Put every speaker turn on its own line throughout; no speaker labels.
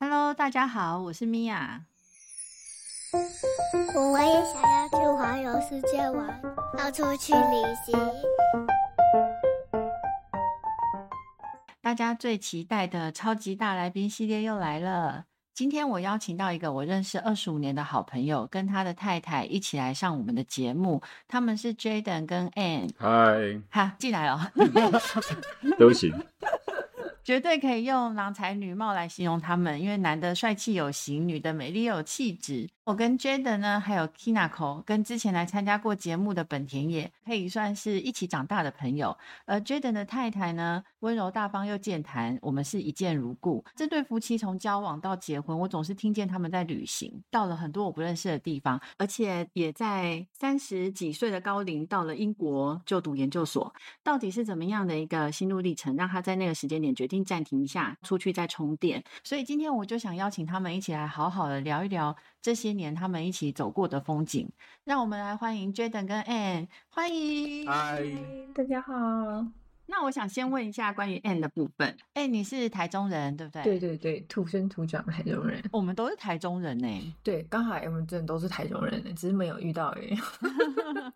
Hello，大家好，我是米娅。
我也想要去环游世界玩，到处去旅行。
大家最期待的超级大来宾系列又来了。今天我邀请到一个我认识二十五年的好朋友，跟他的太太一起来上我们的节目。他们是 Jaden 跟 Ann，
嗨，
哈，进来哦，
对不起，
绝对可以用郎才女貌来形容他们，因为男的帅气有型，女的美丽又有气质。我跟 Jaden 呢，还有 Kinako，跟之前来参加过节目的本田也可以算是一起长大的朋友。而呃 Jaden 的太太呢，温柔大方又健谈，我们是一见如故。这对夫妻从交往到结婚，我总是听见他们在旅行，到了很多我不认识的地方，而且也在三十几岁的高龄到了英国就读研究所。到底是怎么样的一个心路历程，让他在那个时间点决定暂停一下，出去再充电？所以今天我就想邀请他们一起来好好的聊一聊这些年他们一起走过的风景。让我们来欢迎 Jaden 跟 Ann，欢迎。
嗨，
大家好，
那我想先问一下关于 N 的部分。哎，你是台中人对不对？
对，对对，土生土长台中人，
我们都是台中人呢、
对，刚好哎我们真的都是台中人，欸只是没有遇到而已。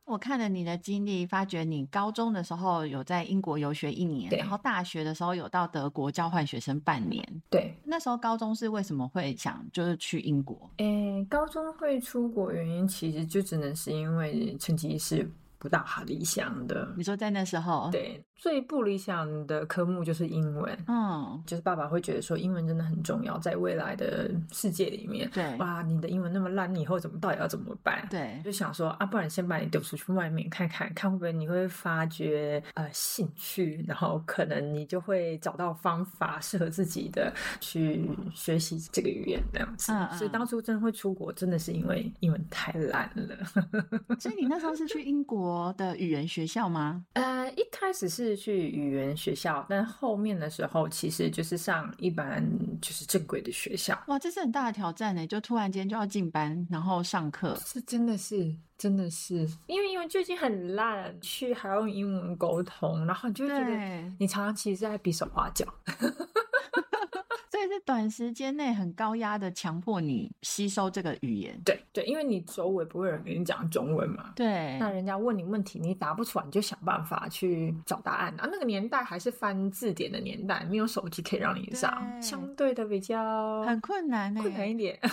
我看了你的经历，发觉你高中的时候有在英国游学一年，
对
然后大学的时候有到德国交换学生半年。
对，
那时候高中是为什么会想就是去英国？
诶，哎高中会出国原因其实就只能是因为成绩是不大理想的
你。说在那时候，，
对，最不理想的科目就是英文，
嗯，
就是爸爸会觉得说英文真的很重要，在未来的世界里面，
对，
哇，你的英文那么烂，你以后怎么到底要怎么办？
对，
就想说啊，不然先把你丢出去外面看看，看会不会你会发掘呃兴趣，然后可能你就会找到方法适合自己的去学习这个语言这样子。
嗯
所以
嗯
当初真的会出国，真的是因为英文太烂了。
所以你那时候是去英国的语言学校吗？
呃，一开始是去语言学校，但后面的时候其实就是上一般就是正规的学校，
哇，这是很大的挑战呢、就突然间就要进班，然后上课，
是真的是真的是，因为英文就已经很烂，去还要用英文沟通，然后你就会觉
对
得你常常其实在比手画脚。
所以是短时间内很高压的强迫你吸收这个语言。
对对，因为你周围不会有人跟你讲中文嘛。
对，
那人家问你问题，你答不出来，你就想办法去找答案啊。那个年代还是翻字典的年代，没有手机可以让你
对
上，相对的比较
很困难呢、
困难一点。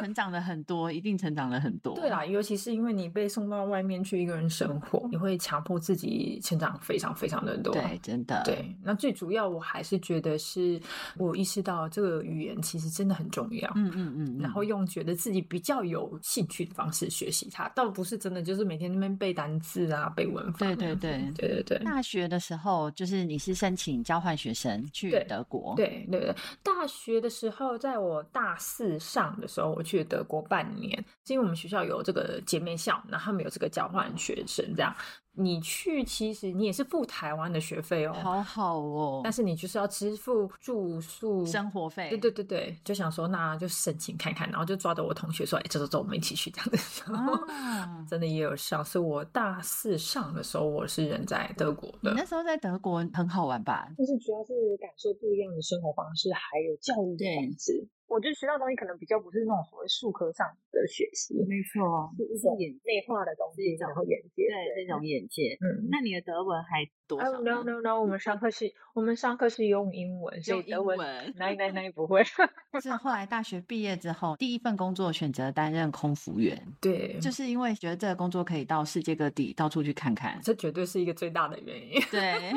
成长了很多，一定成长了很多。
对啦，尤其是因为你被送到外面去一个人生活，你会强迫自己成长非常非常的多。
对，真的，
啊对，那最主要我还是觉得是我意识到这个语言其实真的很重要。
嗯，嗯嗯嗯，
然后用觉得自己比较有兴趣的方式学习它，倒不是真的就是每天那边背单字啊、背文法
对
那
对
样子。
对
对对对
大学的时候，就是你是申请交换学生去
对
德国，，
对对对。大学的时候，在我大四上的时候，我去德国半年，是因为我们学校有这个姐妹校，然后他们有这个交换学生这样。你去其实你也是付台湾的学费哦，
好好哦，
但是你就是要支付住宿、
生活费，
对对对对，就想说那就申请看看，然后就抓着我同学说，哎、走走走，我们一起去这样子。 然
哦
后
啊
真的也有上，是我大四上的时候，我是人在德国
你
的
那。时候在德国很好玩吧？
就是主要是感受不一样的生活方式，还有教育的
对
方式。我觉得学到的东西可能比较不是那种所谓术科上的学习，
没错，
是一种内化的东西，然后眼界。
对这种眼界。
嗯，
那你的德文还多少
Oh, no
呢？
no no，我们上课是，我们上课是用英文，所以
用
德
英
文
文
哪里哪里哪里不会。
是后来大学毕业之后，第一份工作选择担任空服员，
对，
就是因为觉得这个工作可以到世界各地到处去看看。
这绝对是一个最大的原因。
对，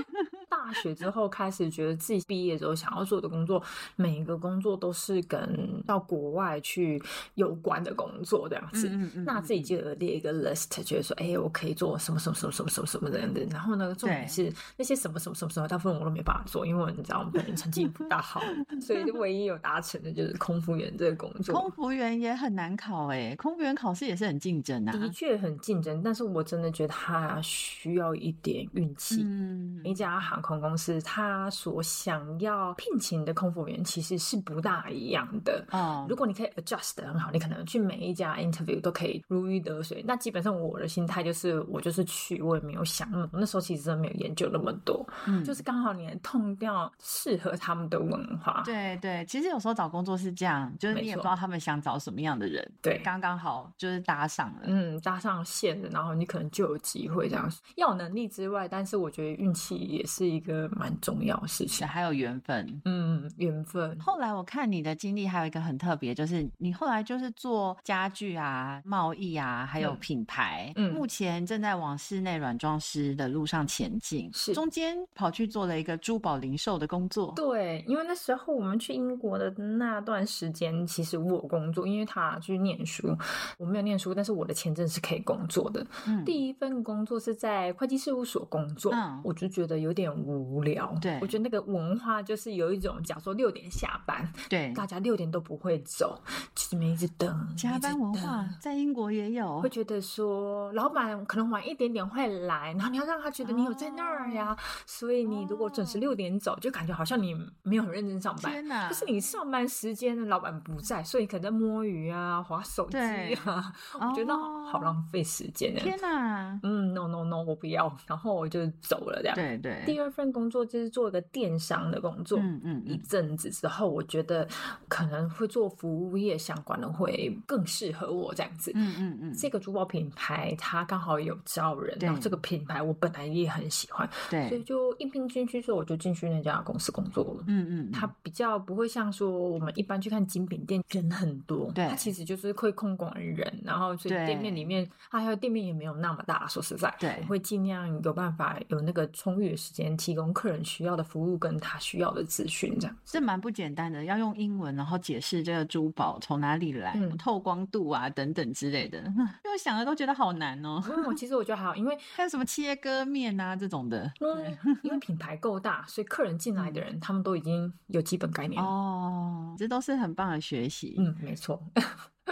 大学之后开始觉得自己毕业之后想要做的工作，每一个工作都是跟到国外去有关的工作这样子。
嗯嗯
那自己就有列一个 list，觉得说，哎、我可以做什么什么什么什么什么什么的人。然后呢，重点是那些什么什么什么什么，大部分我都没办法做，因为你知道我本人成绩不大好，所以唯一有达成的就是空服员这个工作。
空服员也很难考哎、空服员考试也是很竞争啊。
的确很竞争，但是我真的觉得它需要一点运气。
嗯
一家航航空公司它所想要聘请的空服员其实是不大一样的。
哦
如，果你可以 adjust 得很好，你可能去每一家 interview 都可以如鱼得水。那基本上我的心态就是，我就是去，我也没有想那么多。那时候其实真的没有研究那么多，
嗯
就是刚好你能碰掉适合他们的文化。
对对，其实有时候找工作是这样，就是
没
你也不
错
知道他们想找什么样的人，
对
刚刚好就是搭上了。
嗯，搭上线的，然后你可能就有机会这样。要有能力之外，但是我觉得运气也是一个蛮重要的事情。
还有缘分。
嗯，缘分。
后来我看你的经历还有一个很特别，就是你后来就是做家具啊、贸易啊，还有
嗯
品牌。
嗯
目前正在往室内软装师的路上前进，
是
中间跑去做了一个珠宝零售的工作。
对，因为那时候我们去英国的那段时间，其实我有工作，因为他去念书，我没有念书，但是我的签证是可以工作的。
嗯，
第一份工作是在会计事务所工作，
嗯
我就觉得有点无聊。
对
我觉得那个文化就是有一种，假如说六点下班，
对
大家六点都不会走，就是没一直等，一
加
直
班文化
等
在英国也有
会，觉得说老板可能晚一点点会来，然后你要让他觉得你有在那儿
哦
呀，所以你如果准时六点走，就感觉好像你没有很认真上班。
天哪！
就是你上班时间的老板不在，所以可能在摸鱼啊、划手机啊， 我觉得好好
哦
浪费时间呢。
天哪！
嗯，no no no，我不要，然后我就走了这样。
对对，
第二份工作就是做一个电商的工作，
嗯嗯
一
嗯，
阵子之后，我觉得可能会做服务业相关的会更适合我这样子。
嗯嗯嗯，
这个珠宝品牌它刚好有招人，然后
对
这个品牌我本来也很喜欢，所以
对，
就应聘进去之后，我就进去那家公司工作了。
嗯嗯，
它比较不会像说我们一般去看精品店人很多，
对
它其实就是会控管人，然后所以
对
店面里面，还有店面也没有那么大，说实在，
对
我会尽量有办法有那个充裕的时间提供客人需要的服务跟他需要的资讯这样。
这蛮不简单的，要用英文然后解释这个珠宝从哪里来、
嗯
透光度啊等等之类的， 就想了都觉得好难哦。
因为嗯我其实我觉得还好，因为
还有什么切割面啊这种的， 对嗯
嗯，因为品牌够大，所以客人进来的人，他们都已经有基本概念了。
哦，这都是很棒的学习。
嗯，没错。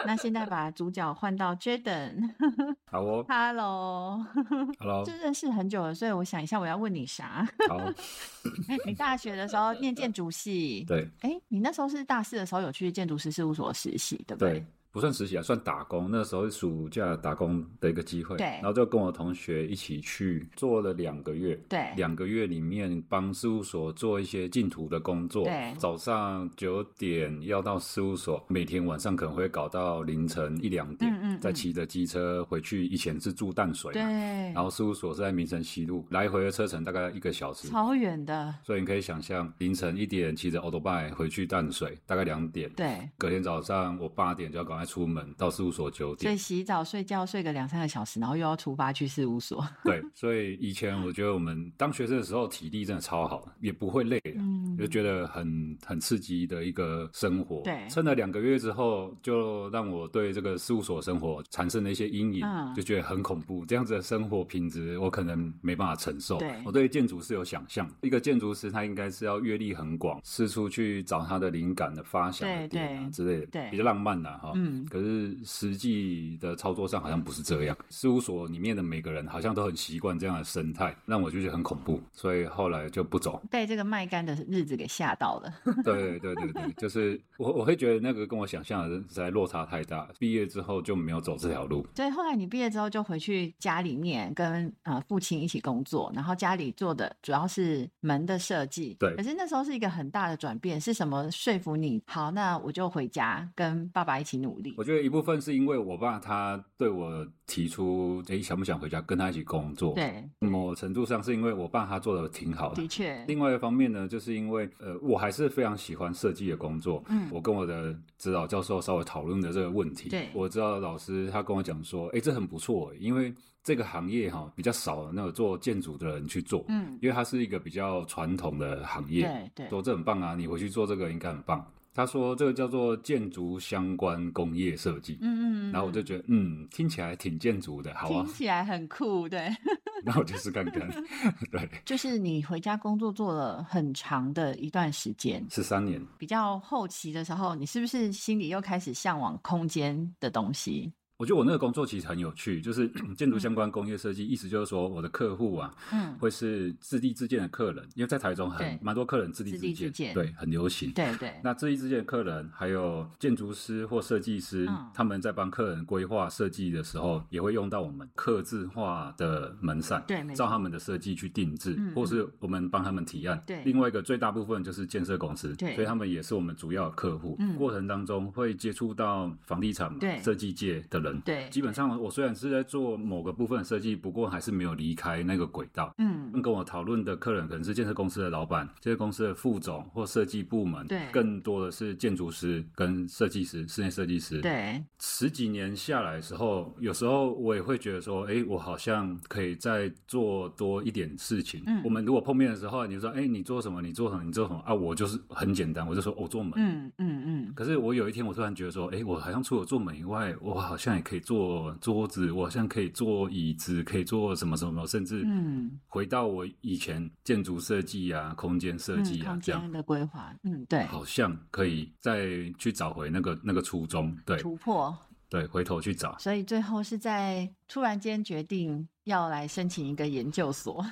那现在把主角换到 Jaden，
好哦
Hello，
，Hello，
就认识很久了，所以我想一下我要问你啥。
好，
你大学的时候念建筑系，
对
哎，你那时候是大四的时候有去建筑师事务所实习，对不
对，不算实习啊，算打工。那时候是暑假打工的一个机会，
对
然后就跟我同学一起去做了两个月，
对
两个月里面帮事务所做一些净土的工作
对，
早上九点要到事务所，每天晚上可能会搞到凌晨一两点，
嗯嗯嗯
再骑着机车回去。以前是住淡水
对，
嘛，然后事务所是在民生西路，来回的车程大概一个小时，
超远的，
所以你可以想象，凌晨一点骑着 o l d b i 回去淡水，大概两点。
对。
隔天早上我八点就要赶快出门，到事务所九
所以
点。
洗澡、睡觉睡个两三个小时，然后又要出发去事务所。
对，所以以前我觉得我们当学生的时候体力真的超好，也不会累啊，
嗯
就觉得很很刺激的一个生活。
对
撑了两个月之后，就让我对这个事务所生活产生了一些阴影，
嗯
就觉得很恐怖。这样子的生活品质，我可能没办法承受。
对
我对建筑是有想象，一个建筑师他应该是要阅历很广，四处去找他的灵感的发想的
对
点啊
对
之类的，
对
比较浪漫呐、哈。
嗯。
可是实际的操作上好像不是这样，事务所里面的每个人好像都很习惯这样的生态，让我就觉得很恐怖，所以后来就不走
被这个卖干的日子给吓到了。
对对对对，就是我我会觉得那个跟我想象的实在落差太大，毕业之后就没有走这条路。
所以后来你毕业之后就回去家里面跟呃父亲一起工作，然后家里做的主要是门的设计。
对
可是那时候是一个很大的转变，是什么说服你？好，那我就回家跟爸爸一起努力
我。觉得一部分是因为我爸他对我提出，诶，想不想回家跟他一起工作？，
对，
某程度上是因为我爸他做的挺好的
的，确，
另外一方面呢，就是因为呃，我还是非常喜欢设计的工作。
嗯
我跟我的指导教授稍微讨论的这个问题，
对
我知道老师他跟我讲说，哎，这很不错，因为这个行业哈、比较少那个做建筑的人去做，
嗯，
因为它是一个比较传统的行业。
对对，
说这很棒啊，你回去做这个应该很棒。他说这个叫做建筑相关工业设计。
嗯嗯嗯。
然后我就
嗯
觉得，嗯，听起来挺建筑的，好啊
听，起来很酷，对。
那我就试看看。 对，
就是你回家工作做了很长的一段时间，
十三年，
比较后期的时候，你是不是心里又开始向往空间的东西？
我觉得我那个工作其实很有趣，就是建筑相关工业设计，意思就是说我的客户啊，
嗯，
会是自地自建的客人，因为在台中很
对
蛮多客人自地
自
自
地
建，
自建
对，很流行。
对对，
那自地自建的客人，还有建筑师或设计师，
嗯
他们在帮客人规划设计的时候，也会用到我们刻字化的门扇，
对没错
照他们的设计去定制，
嗯
或是我们帮他们提案。
对
另外一个最大部分就是建设公司，
对
所以他们也是我们主要的客户。
嗯
过程当中会接触到房地产嘛
对
设计界的人，
对
基本上我虽然是在做某个部分的设计，不过还是没有离开那个轨道。
嗯，
跟我讨论的客人可能是建设公司的老板、建设公司的副总或设计部门，
对
更多的是建筑师跟设计师、室内设计师。，
对，
十几年下来的时候，有时候我也会觉得说，哎，我好像可以再做多一点事情。
嗯
我们如果碰面的时候，你就说，哎，你做什么？你做什么？你做什么？啊，我就是很简单，我就说我做门。
嗯嗯嗯，
可是我有一天，我突然觉得说，哎，我好像除了做门以外，我好像也可以做桌子，我好像可以做椅子，可以做什么什么，甚至
嗯
回到我以前建筑设计啊、空间设
嗯，
计啊、
空
这样
间，的规划，嗯，对，
好像可以再去找回那个那个初衷，对
突破，
对，回头去找。
所以最后是在突然间决定要来申请一个研究所，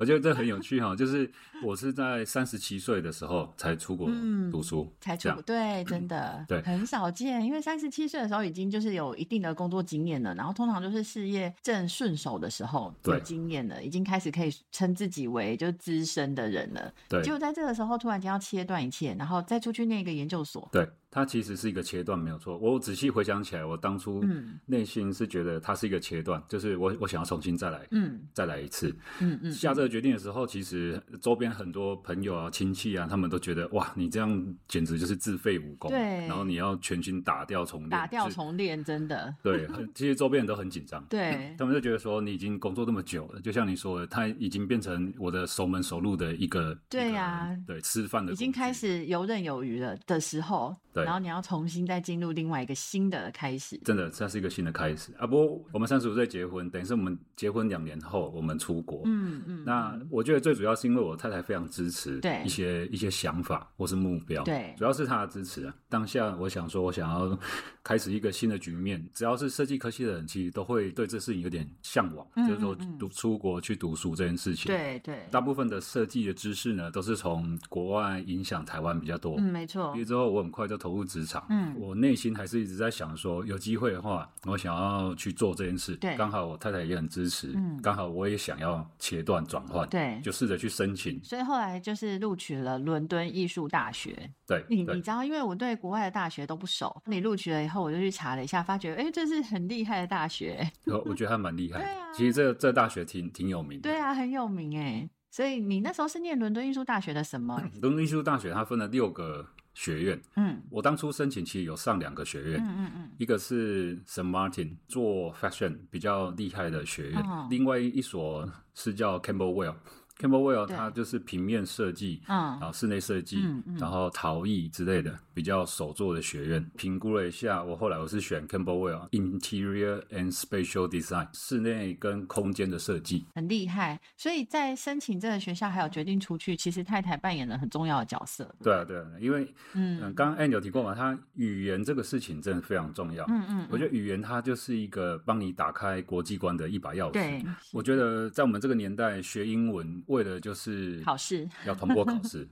我觉得这很有趣哈、 就是我是在三十七岁的时候才出国
嗯
读书，
才
这
出
样嗯
国，对，真的，
对
很少见，因为三十七岁的时候已经就是有一定的工作经验了，然后通常就是事业正顺手的时候有
对
经验了，已经开始可以称自己为就是资深的人了，
对
结果在这个时候突然间要切断一切，然后再出去念一个研究所，
对，它其实是一个切断，没有错。我仔细回想起来，我当初
嗯
内心是觉得它是一个切断，就是我我想要重新再来，
嗯
再来一次。
嗯嗯，
下这个决定的时候，其实周边很多朋友啊、亲戚啊，他们都觉得哇，你这样简直就是自废武功，
对
然后你要全军打掉重练，
打掉
是
重练，真的，
对，很其实周边人都很紧张，
对
他们就觉得说你已经工作这么久了，就像你说的，他已经变成我的熟门熟路的一个，
对
一个
呀
对，吃饭的
已经
工具
开，始游刃有余了的时候，
对
然后你要重新再进入另外一个新的开始，
真的，这是一个新的开始啊！不过我们三十五岁结婚，等于是我们结婚两年后我们出国，
嗯嗯，
那
嗯
我觉得最主要是因为我太太非常支持
对
一些一些想法或是目标，
对
主要是她的支持啊。当下我想说，我想要开始一个新的局面，只要是设计科系的人，其实都会对这事情有点向往，
嗯
就是说
嗯嗯
读出国去读书这件事情。，
对对，
大部分的设计的知识呢，都是从国外影响台湾比较多。
嗯，没错
毕业，之后，我很快就投入职场。
嗯
我内心还是一直在想说，有机会的话，我想要去做这件事。
对
刚好我太太也很支持，
嗯
刚好我也想要切断转换，
对
就试着去申请。
所以后来就是录取了伦敦艺术大学。
对，
你
对
你知道，因为我对国外的大学都不熟，你录取了以后，我就去查了一下，发觉哎，这是很厉害的大学，
我我觉得还蛮厉害的。
对啊
其实这这大学挺挺有名的。
对啊，很有名哎。所以你那时候是念伦敦艺术大学的什么？
伦敦艺术大学它分了六个学院，
嗯
我当初申请其实有上两个学
嗯
院。
嗯嗯，
一个是 s t Martin 做 fashion 比较厉害的学院，
哦
另外一所是叫 Campbellwell。Campbellwell
对
它就是平面设计，
嗯
然后室内设计，
嗯嗯
然后陶艺之类的比较手作的学院。评估了一下，我后来我是选 Campbellwell Interior and Spatial Design 室内跟空间的设计。
很厉害。所以在申请这个学校，还有决定出去，其实太太扮演了很重要的角色。
对啊，对啊，因为嗯，
嗯
刚刚 Anne 有提过嘛，它语言这个事情真的非常重要。
嗯嗯，
我觉
得
得语言它就是一个帮你打开国际观的一把钥匙。
嗯对，
我觉得在我们这个年代学英文，为了就是
考试
要通过考试，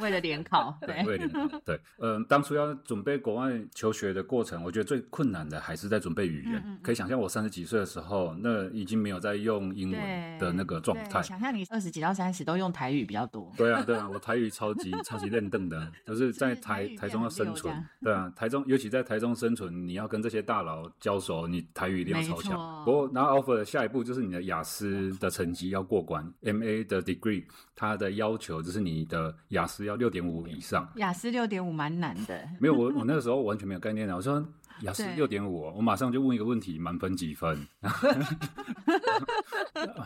为了联考，
对，为了联考对，嗯，当初要准备国外求学的过程，我觉得最困难的还是在准备语言。
嗯嗯嗯
可以想象，我三十几岁的时候，那已经没有在用英文
对
的那个状
对
态。
想象你二十几到三十都用台语比较多，
对啊，对啊，我台语超级超级认凳的，就是在
就是台
台
语
台中要生
变很溜这
存
样。
对啊，台中尤其在台中生存，你要跟这些大佬交手，你台语一定要
没
超强
错。
不过拿 offer 的下一步就是你的雅思的成绩要过关，MA 的 degree 它的要求就是你的雅思要六点五以上。
雅思六点五蛮难的。
没有，我我那个时候完全没有概念啊的。我 说雅思六
对
点五，哦我马上就问一个问题：满分几分？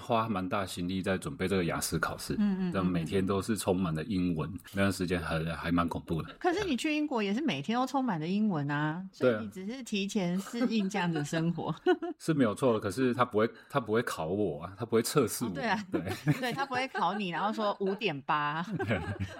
花蛮大心力在准备这个雅思考试，
嗯嗯
这样
嗯
每
嗯
天都是充满了英文，那段时间还还蛮恐怖的。
可是你去英国也是每天都充满了英文啊，所
对啊
以你只是提前适应这样的生活。
是没有错的，可是他不会，他不会考我啊，他不会测试我，
哦对啊
对
对他不会考你，然后说五点 八，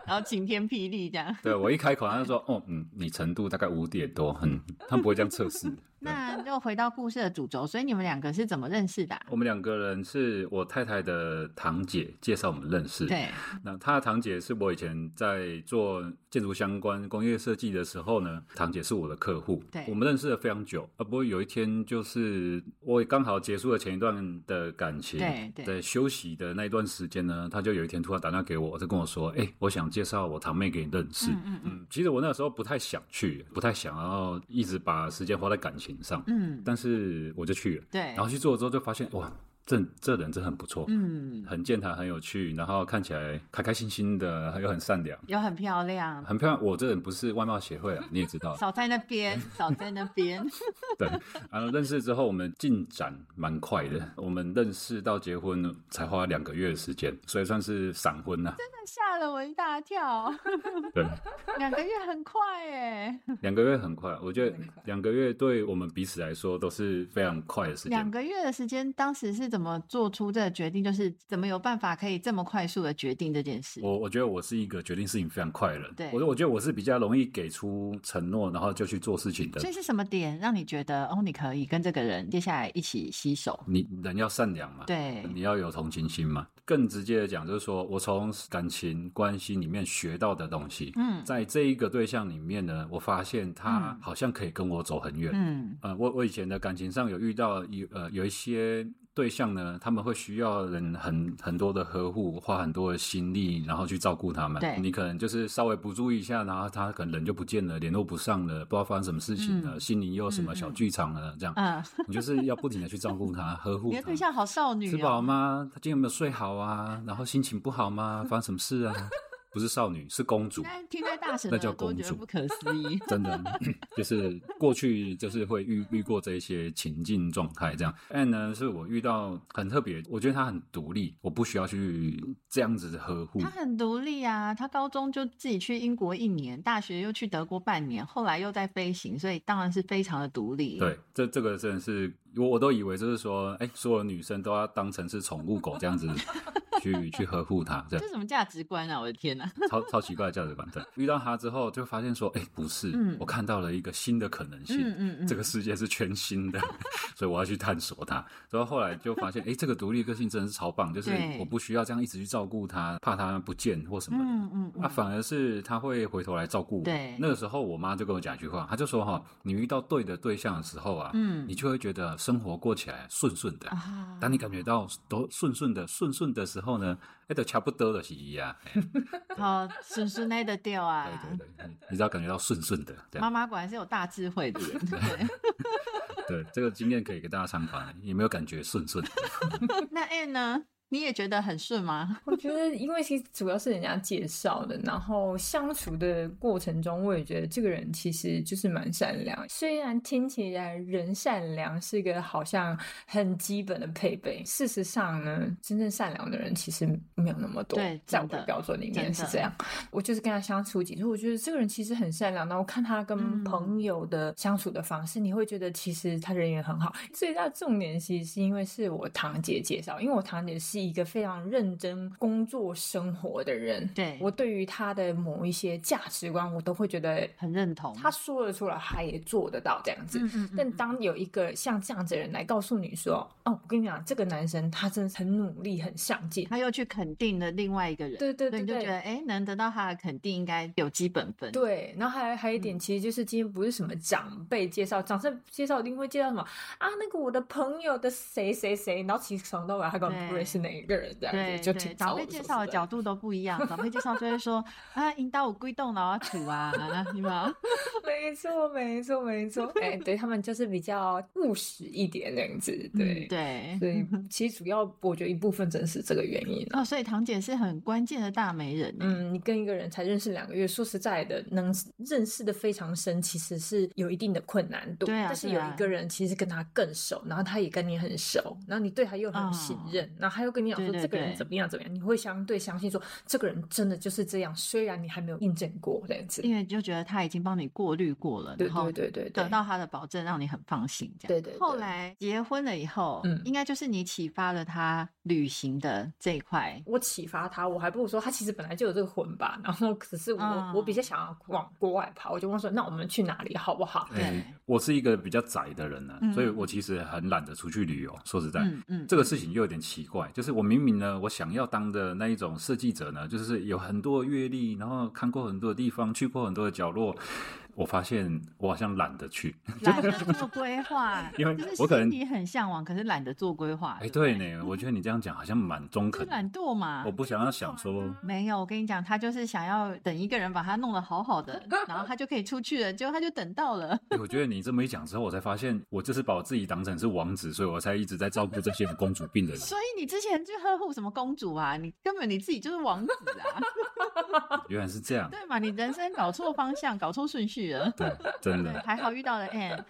然后晴天霹雳这样。
对我一开口他就说，哦，嗯，你程度大概五点多，嗯，他不会这样测试，
那又回到故事的主轴，所以你们两个是怎么认识的啊、
我们两个人是我太太的堂姐介绍我们认识，
对，
那她的堂姐是我以前在做建筑相关工业设计的时候呢，堂姐是我的客户，
对
我们认识了非常久啊。不过有一天就是我也刚好结束了前一段的感情，
对对
在休息的那一段时间呢，她就有一天突然打电话给我，就跟我说：“哎、我想介绍我堂妹给你认识。
嗯嗯嗯
嗯，其实我那时候不太想去，不太想要一直把时间花在感情上，
嗯，
但是我就去了。
对
然，后去做了之后就发现，哇，这这人真的很不错，
嗯，
很健谈，很有趣，然后看起来开开心心的，又很善良，
又很漂亮，
很漂亮。我这人不是外貌 协会啊，你也知道。
少在那边，少在那边，
对，然后认识之后，我们进展蛮快的，我们认识到结婚才花两个月的时间，所以算是闪 婚呐、
吓了我一大跳。
对，
两个月很快哎，
两个月很快，我觉得两个月对我们彼此来说都是非常快的时
两
间。
个月的时间，当时是怎么做出这个决定？就是怎么有办法可以这么快速的决定这件事？
我我觉得我是一个决定事情非常快的人，
对
我我觉得我是比较容易给出承诺，然后就去做事情的
所以是什么点让你觉得哦，你可以跟这个人接下来一起携手？
你人要善良嘛，，
对，
啊你要有同情心嘛。更直接的讲，就是说我从感情关系里面学到的东西，
嗯
在这一个对象里面呢，我发现他
嗯
好像可以跟我走很远。
嗯，
呃，我我以前的感情上有遇到有呃有一些对象呢，他们会需要人很很多的呵护，花很多的心力，然后去照顾他们。
对
你可能就是稍微不注意一下，然后他可能人就不见了，联络不上了，不知道发生什么事情了，
嗯
心灵又有什么
嗯
小
嗯
剧场了，这样。
嗯，
你就是要不停的去照顾他，呵护
你
他。
的对象好少女、哦，
吃饱？吗？他今天有没有睡好啊？然后心情不 好吗？发生什么事啊？不是少女，是公主
现，在听在大神
那
的
叫
耳朵，
公
觉得
主
不可思 议。
真的就是过去就是会遇遇过这一些情境状态这样。但呢，是我遇到很特别，我觉得她很独立，我不需要去这样子呵护
他。很独立啊，他高中就自己去英国一年，大学又去德国半年，后来又在飞行，所以当然是非常的独立。
对，这这个真的是我我都以为就是说，哎、所有女生都要当成是宠物狗 这样子去去呵护它，这样
这什么价值观啊！我的天哪、
超超奇怪的价值观。对，遇到他之后就发现说，哎、不是，
嗯
我看到了一个新的可能性。
嗯嗯嗯，
这个世界是全新的，所以我要去探索它。所以后来就发现，哎，这个独立个性真的是超棒，就是
对
我不需要这样一直去照顾它，怕它不见或什么的。
嗯嗯嗯，
啊，反而是他会回头来照顾我。
对
那个时候我妈就跟我讲一句话，她就说哈、你遇到对的对象的时候啊，
嗯
你就会觉得生活过起来顺顺的。
啊，
当你感觉到都顺顺的、顺顺的时候呢，哎，都差不多的是一样。哎
好顺顺那的掉啊，
对对对，你你只要感觉到顺顺的，这样
妈妈果然是有大智慧的 人，对。
对这个经验可以给大家参考。有没有感觉顺顺的？
那 Anne 呢？你也觉得很顺吗？
我觉得，因为其实主要是人家介绍的，然后相处的过程中，我也觉得这个人其实就是蛮善良。虽然听起来人善良是一个好像很基本的配备，事实上呢，真正善良的人其实没有那么多。
对
在
真
我的
的
标准里
真
面是
的
这样。我就是跟他相处几次，我觉得这个人其实很善良。然后看他
嗯
跟朋友的相处的方式，你会觉得其实他人缘很好。最大重点其实是因为是我堂姐介绍，因为我堂姐是一个非常认真工作生活的人，
对
我对于她的某一些价值观，我都会觉得
很认同。
她说得出来，她也做得到这样子。
嗯嗯嗯
但当有一个像这样子的人来告诉你说：“哦，我跟你讲，这个男生他真的很努力，很上进。”
他又去肯定了另外一个人，
对对
所以
对
你就
对
觉得，哎，能得到他的肯定，应该有基本分。，
对，然后还还有一点，
嗯
其实就是今天不是什么长辈介绍，长辈介绍一定会介绍什么啊，那个我的朋友的谁谁谁，然后其实从头到尾他根本不认识哪一个人，这样
对
子啊就
对，
挺
长辈介绍的 角
度。
度都不一样。长辈介绍就会说，啊，引导我归栋老土啊， 你们
没错，没错，没错。哎，对他们就是比较务实一点这样子，对。
嗯对。
所以其实主要我觉得一部分真是这个原因啊。
哦，所以堂姐是很关键的大媒人欸呢，
嗯，你跟一个人才认识两个月，说实在的，能认识的非常深，其实是有一定的困难度。
对啊
但是
对
有
啊
一个人其实跟他更熟，然后他也跟你很熟，然后你对他又
哦
很信任，然后他又跟你讲
对
说
对
这个
对
人怎么样怎么样，你会相对相信说这个人真的就是这样，虽然你还没有印证过这样子。
嗯因为就觉得他已经帮你过滤过了，
对
然后
对对对
得
对，
到他的保证，让你很放心。这样。
对对对
后来结婚了以后，
嗯
应该就是你启发了他旅行的这一块。
我启发他，我还不如说他其实本来就有这个魂吧，然后只是我、
嗯
我比较想要往国外跑，我就问说那我们去哪里好不好？
对
哎我是一个比较宅的人呢、
嗯
所以我其实很懒得出去旅游。说实在，
嗯嗯，
这个事情又有点奇怪，就是我明明呢，我想要当的那一种设计者呢，就是有很多阅历，然后看过很多的地方，去过很多的角落，我发现我好像懒得去。
懒得
，
做规划
因为
就是
我可
心
能
里很向往，可是懒得做规划。
哎，
不
对，呢，我觉得你这样讲好像蛮中
就
肯的。
懒惰嘛
我。不想要想说，
没有，我跟你讲，他就是想要等一个人把他弄得好好的，然后他就可以出去了，结果他就等到了。
哎我觉得你这么一讲之后，我才发现我就是把我自己当成是王子，所以我才一直在照顾这些有公主 病的人。
所以你之前去呵护什么公主啊？你根本你自己就是王子啊，
原来是这样，
对嘛？你人生搞错方向，搞错顺序了。
对，真
对，
的，
还好遇到了 Anne。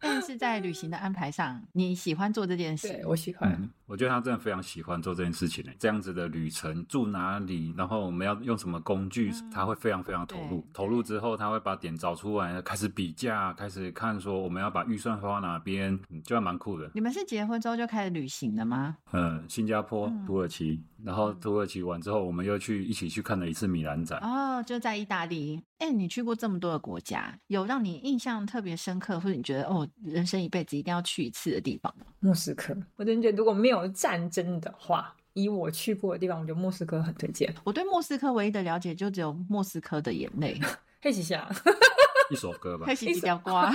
Anne 是在旅行的安排上，你喜欢做这件
对
事，
我喜欢，
嗯，我觉得他真的非常喜欢做这件事情呢。欸这样子的旅程，住哪里，然后我们要用什么工具，
嗯
他会非常非常投入
对。
投入之后，他会把点找出来，开始比价，开始看说我们要把预算花哪边，嗯就还蛮酷的。
你们是结婚之后就开始旅行了吗？
呃，新加坡、
嗯
土耳其，然后土耳其完之后，我们又去一起去看了一次米兰展。
啊
哦，就在意大利。哎、你去过这么多的国家，有让你印象特别深刻，或者你觉得哦，人生一辈子一定要去一次的地方吗？
莫斯科。我真觉得如果没有战争的话，以我去过的地方，我觉得莫斯科很推荐。
我对莫斯科唯一的了解就只有《莫斯科的眼泪》
黑吉 祥，
一首 歌吧
黑，喜几条 瓜。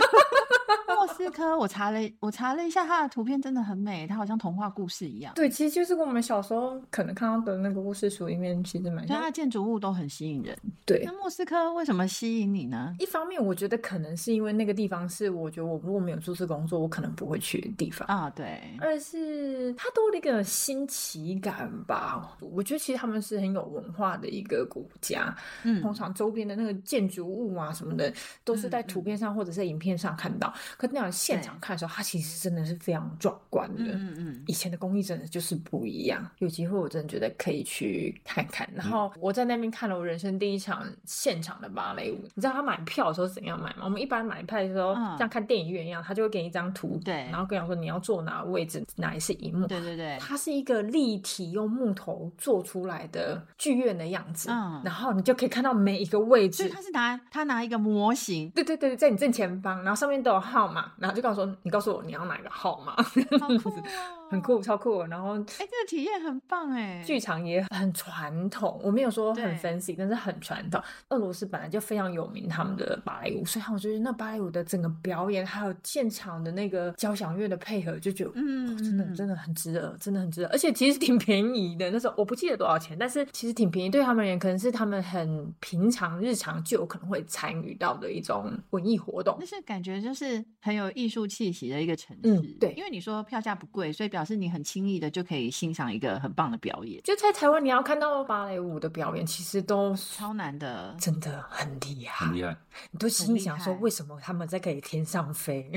莫斯科，我查了，我查了一下它的图片，真的很美，它好像童话故事一样。
对，其实就是跟我们小时候可能看到的那个故事书里面其实蛮
所以它
像
的。建筑物都很吸引人。
啊对
那，莫斯科为什么吸引你呢？
一方面我觉得可能是因为那个地方是我觉得我如果没有做这工作，我可能不会去的地方。
啊、对，
二是它多了一个新奇感吧，我觉得其实他们是很有文化的一个国家，
嗯，
通常周边的那个建筑物啊什么的，都是在
嗯
图片上或者是影片上看到。可是那样现
对
场看的时候，它其实真的是非常壮观的。
嗯嗯嗯，
以前的工艺真的就是不一样，有机会我真的觉得可以去看看。
嗯
然后我在那边看了我人生第一场现场的芭蕾舞，你知道他买票的时候是怎样买吗？我们一般买票的时候，
嗯
像看电影院一样，他就会给你一张图，
对
然后跟你说你要坐哪个位置，哪里是荧幕。
对对对，
它是一个立体用木头做出来的剧院的样子，
嗯
然后你就可以看到每一个位
所以
置
他。是拿他拿一个模 型，
对对对，在你正前方，然后上面都有号码，然后就告诉我，你告诉我你要哪个号 码，，
好酷、哦
很酷，。超酷的。哦然后
哎、这个体验很棒哎、
剧场也很传统，我没有说很
对
fancy，但是很传统。俄罗斯本来就非常有名他们的芭蕾舞，所以我觉得那芭蕾舞的整个表演，还有现场的那个交响乐的配合，就觉得。
嗯，
哦真的
嗯
真的很值得，真的很值得，而且其实挺便宜的。那时候我不记得多少钱，但是其实挺便宜。对他们而言，可能是他们很平常日常就有可能会参与到的一种文艺活动
那。是感觉就是很有艺术气息的一个城市。
嗯对
因为你说票价不贵，所以表示你很轻易的就可以欣赏一个很棒的表演，
就在台湾，你要看到芭蕾舞的表演，其实都
超难的。
真的很厉害，
很厉害。
你都心里想说，
很厉害
为什么他们在可以天上飞？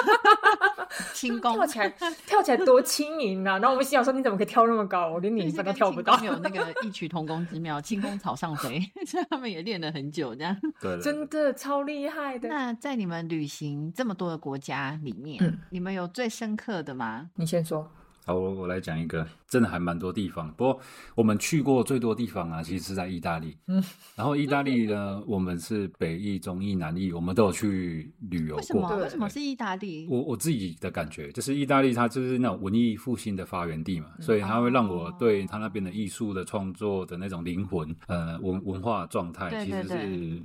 轻功
跳 起来，跳起来多轻盈啊！然 后我们心想说，你怎么可以跳那么高？我连你
就
一
是
半都
跟
跳
轻
不到
功，有那个异曲同工之妙，轻功草上飞， 所以他们也练了很久这样。
对，对
真的超厉害的。
那在你们旅行这么多的国家里面，
嗯
你们有最深刻的吗？
你先说，
好，我我来讲一个，真的还蛮多地方。不过我们去过最多地方啊，其实是在意大利。
嗯，
然后意大利呢，我们是北意、中意、南意，我们都有去旅游
为什
过
么？。为什么
对
是意大利？
我我自己的感觉就是，意大利它就是那种文艺复兴的发源地嘛，
嗯
所以它会让
哦
我对它那边的艺术的创作的那种灵魂，呃，文文化状态
对
其实
对对
是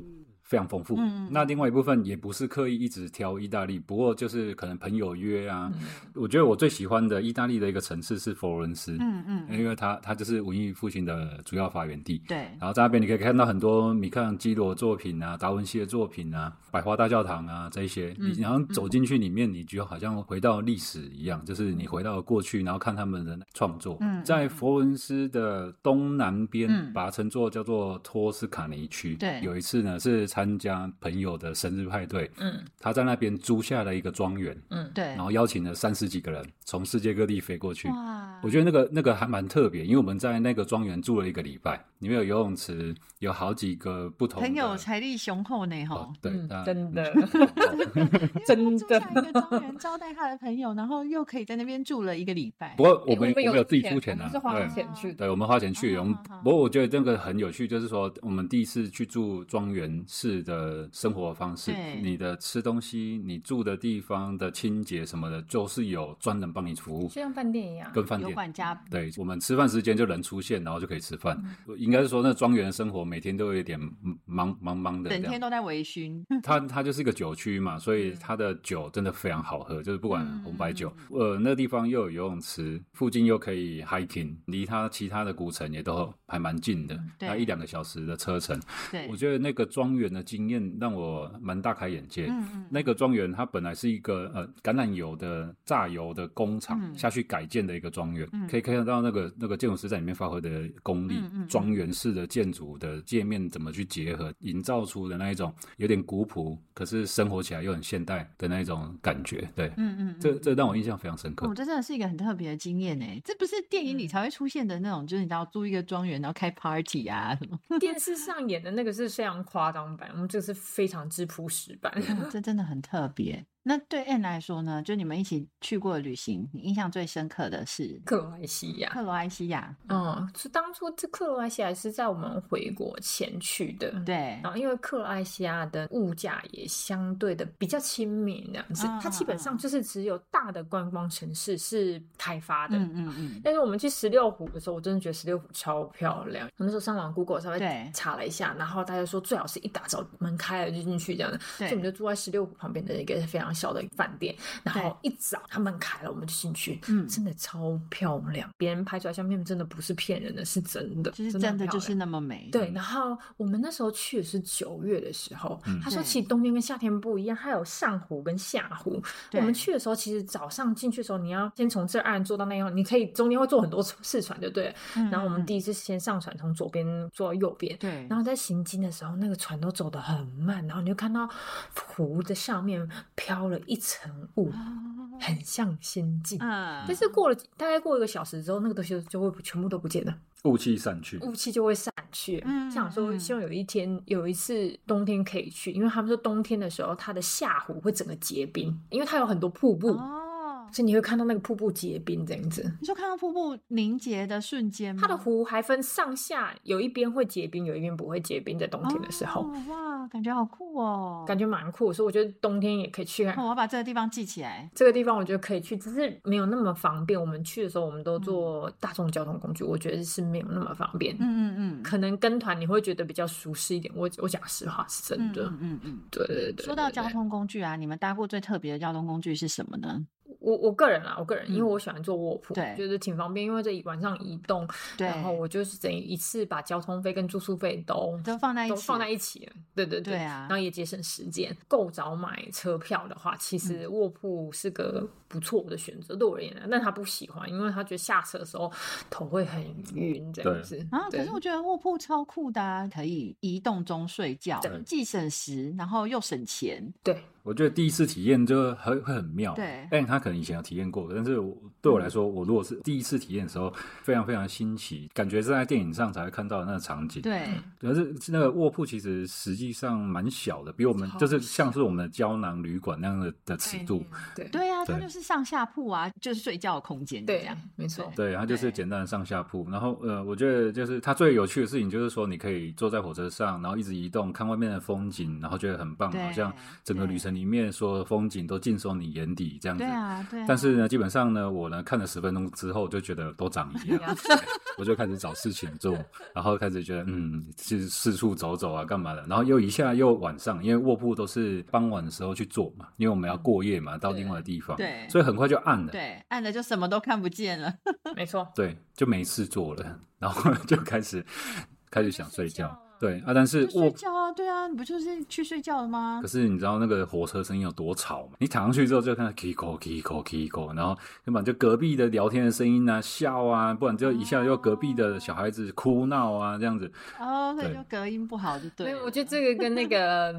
非常丰富的
嗯嗯嗯
那另外一部分也不是刻意一直挑意大利，不过就是可能朋友约啊，
嗯
我觉得我最喜欢的意大利的一个城市是佛罗伦斯，
嗯嗯，嗯
因为它它就是文艺复兴的主要发源地。
对，
然后在那边你可以看到很多米开朗基罗的作品啊、达文西的作品啊、百花大教堂啊这一些，
嗯
你然后走进去里面，你就好像回到历史一样，就是你回到过去，然后看他们的创作。
嗯嗯
在佛罗伦斯的东南边，
嗯
把它称作叫做托斯卡尼区。
对
有一次呢是参加朋友的生日派对，
嗯
他在那边租下了一个庄园，
嗯，
对，
然后邀请了三十几个人从世界各地飞过去。
哇，
我觉得那个那个还蛮特别，因为我们在那个庄园住了一个礼拜，里面有游泳池，有好几个不同的
很有财力雄厚呢，
哦
吼。，
对，
嗯
那
真的
因为他住下一
真的
个庄园招待他的朋友，然后又可以在那边住了一个礼拜
不。过我
我
们、我
有
们有自己出
钱，
钱
我
啊，
们是花
对
对
钱去的。
对，我们花钱去游泳
好好好。
不过我觉得这个很有趣，就是说我们第一次去住庄园式的生活方式
对，
你的吃东西、你住的地方的清洁什么的，就是有专人帮你服务
就，像饭店一样，
跟饭
啊有
店。
管家
对我们吃饭时间就人出现，然后就可以吃饭。
嗯
应该是说，那庄园生活每天都有一点忙忙忙嗯的这
整
样，
天都在微醺，
它它就是一个酒区嘛，所以
嗯
它的酒真的非常好喝，就是不管
嗯
红白酒，呃，那地方又有游泳池，附近又可以 hiking，离它其他的古城也都还蛮近的，
嗯对
那一两个小时的车程。
对，
我觉得那个庄园的经验让我蛮大开眼界。
嗯嗯，
那个庄园它本来是一个呃橄榄油的榨油的工厂、
嗯
下去改建的一个庄园，
嗯
可以看得到那个那个建筑师在里面发挥的功力
嗯嗯嗯，
庄园、式的建筑的界面怎么去结合，营造出的那一种有点古朴，可是生活起来又很现代的那一种感觉。对，
嗯嗯，嗯
这这让我印象非常深刻。
哦，这真的是一个很特别的经验呢。这不是电影里才会出现的那种，就是你知道租一个庄园，然后开 party 啊什么，
电视上演的那个是非常夸张版，我们这个是非常之朴实版。
这真的很特别。那对 N 来说呢，就你们一起去过的旅行，你印象最深刻的是
克罗埃西亚，
克罗埃西亚，
嗯，是当初这克罗埃西亚是在我们回国前去的，。
对
然，后，因为克罗埃西亚的物价也相对的比较亲民，这样子，它基本上就是只有大的观光城市是开发的，
嗯嗯嗯，
但是我们去十六湖的时候，我真的觉得十六湖超漂亮。我那时候上网 Google 稍
对
微查了一下，然后大家说最好是一大早门开了就进去这样子，所以我们
对，
就住在十六湖旁边的一个非常小的饭店，然后一早它门开了我们就进去，
嗯
真的超漂亮，别人拍出来相片真的不是骗人的，是真的，
就是
真
真
很
的
漂
就是
亮。
那么美，
对，然后我们那时候去的是九月的时候，
嗯
他说
对
其实冬天跟夏天不一样，它有上湖跟下湖，我
对
们去的时候，其实早上进去的时候，你要先从这岸坐到那样，你可以中间会坐很多次船，对不对了？
嗯，
然后我们
嗯嗯
第一次先上船，从左边坐到右边。
对，
然后在行经的时候，那个船都走得很慢，然后你就看到湖的上面飘了一层雾，
哦
很像仙境。
嗯，
但是过了大概过一个小时之后，那个东西就就会全部都不见了，
雾气散去，
雾气就会散去。
嗯
想说
嗯
希望有一天有一次冬天可以去，因为他们说冬天的时候，它的下湖会整个结冰，因为它有很多瀑布。
哦，
所以你会看到那个瀑布结冰这样子。
你说看到瀑布凝结的瞬间吗，
它的湖还分上下，有一边会结冰，有一边不会结冰，在冬天的时候，
哦哇，感觉好酷哦，
感觉蛮酷。所以我觉得冬天也可以去看
哦我要把这个地方记起来。
这个地方，我觉得可以去，只是没有那么方便。我们去的时候，我们
嗯
都坐大众交通工具，我觉得是没有那么方便。
嗯嗯嗯，
可能跟团你会觉得比较舒适一点。我我讲实话，是真的。
嗯嗯嗯
对对
嗯。
对，
说到
对
交
对
通工具啊，你们搭过最特别的交通工具是什么呢？
我我个人啦，我个人，因为
嗯
我喜欢坐卧铺，
对
觉得挺方便，因为这晚上移动，
对，
然后我就是等于一次把交通费跟住宿费都
都放在一
都
起，
放在一起了，对对
对啊
然后也节省时间。够早买车票的话，其
嗯
实卧铺是个不错的选择，对我而言啊，但他不喜欢，因为他觉得下车的时候头会很晕这样
对
子。
啊，可
对
是我觉得卧铺超酷的、啊，可以移动中睡觉
对，
既省时，然后又省钱。
对，
我觉得第一次体验就很会很妙，
对嗯
但他可能以前有体验过，但是我对我来说，我如果是第一次体验的时候，非常非常新奇，感觉是在电影上才会看到的那个场景。，
对，
可是那个卧铺其实实际上蛮小的，比我们
超
就是像是我们的胶囊旅馆那样的的尺度。
对
对啊，它
对
就是上下铺啊，就是睡觉的空间，这
对
样。，
没错。
对，它就是
对
简单的上下铺。然后呃，我觉得就是它最有趣的事情就是说，你可以坐在火车上，然后一直移动，看外面的风景，然后觉得很棒，
对
好像整个
对
旅程里面所有的风景都尽收你眼底这样子。
对啊，对啊。
但是呢，基本上呢，我呢看了十分钟之后就觉得都长 一样， 对我就开始找事情做，然后开始觉得嗯，就是四处走走啊，干嘛的？然后又一下又晚上，因为卧铺都是傍晚的时候去做嘛，因为我们要过夜嘛，到另外的地方，
对
所以很快就暗了，
啊对，按了就什么都看不见了。
没错。
对，就没事做了，然后就开始开始想睡觉，对啊，但是
就睡
卧。
觉啊，对啊，你不就是去睡觉了吗
可？是你知道那个火车声音有多吵吗？你躺上去之后就看到 kiko kiko kiko，然后要不然就隔壁的聊天的声音啊、笑啊，不然就一下又隔壁的小孩子哭闹啊这样子。
哦，所以
对
就隔音不好就对
没
了。
有，我觉得这个跟那个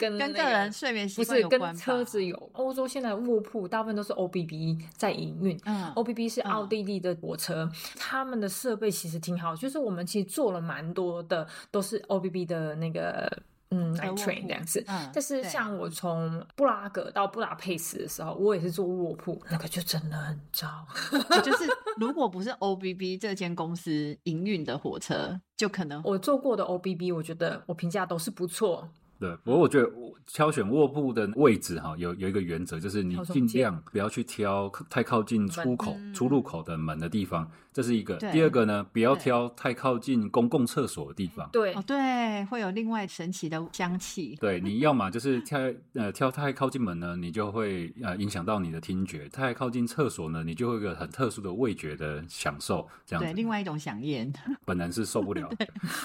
跟
跟
跟
个人睡眠习
不
惯
是
有关
跟
吧
车子有。欧洲现在卧铺大部分都是 OBB 在营运。
嗯
OBB 是
嗯
奥地利的火车，他们的设备其实挺好，就是我们其实做了蛮多的，都是 OBB 的那个嗯
的
night
卧铺
train 这样子。
嗯
但是
对
像我从布拉格到布达佩斯的时候，我也是坐卧铺，那个就真的很糟。
嗯就是如果不是 O B B 这间公司营运的火车，就可能
我坐过的 OBB，我觉得我评价都是不错，
对，不过我觉得我挑选卧铺的位置哈，有有一个原则，就是你
挑中
尽
间
量不要去挑太靠近出口、
门
出入口的门的地方，这是一个
对。
第二个呢，不要
对
挑太靠近公共厕所的地方。
对，
哦对，会有另外神奇的香气。
对，你要么就是挑呃挑太靠近门呢，你就会呃影响到你的听觉；太靠近厕所呢，你就会有一个很特殊的味觉的享受。这样
对，
子，
另外一种响应。
本人是受 不了，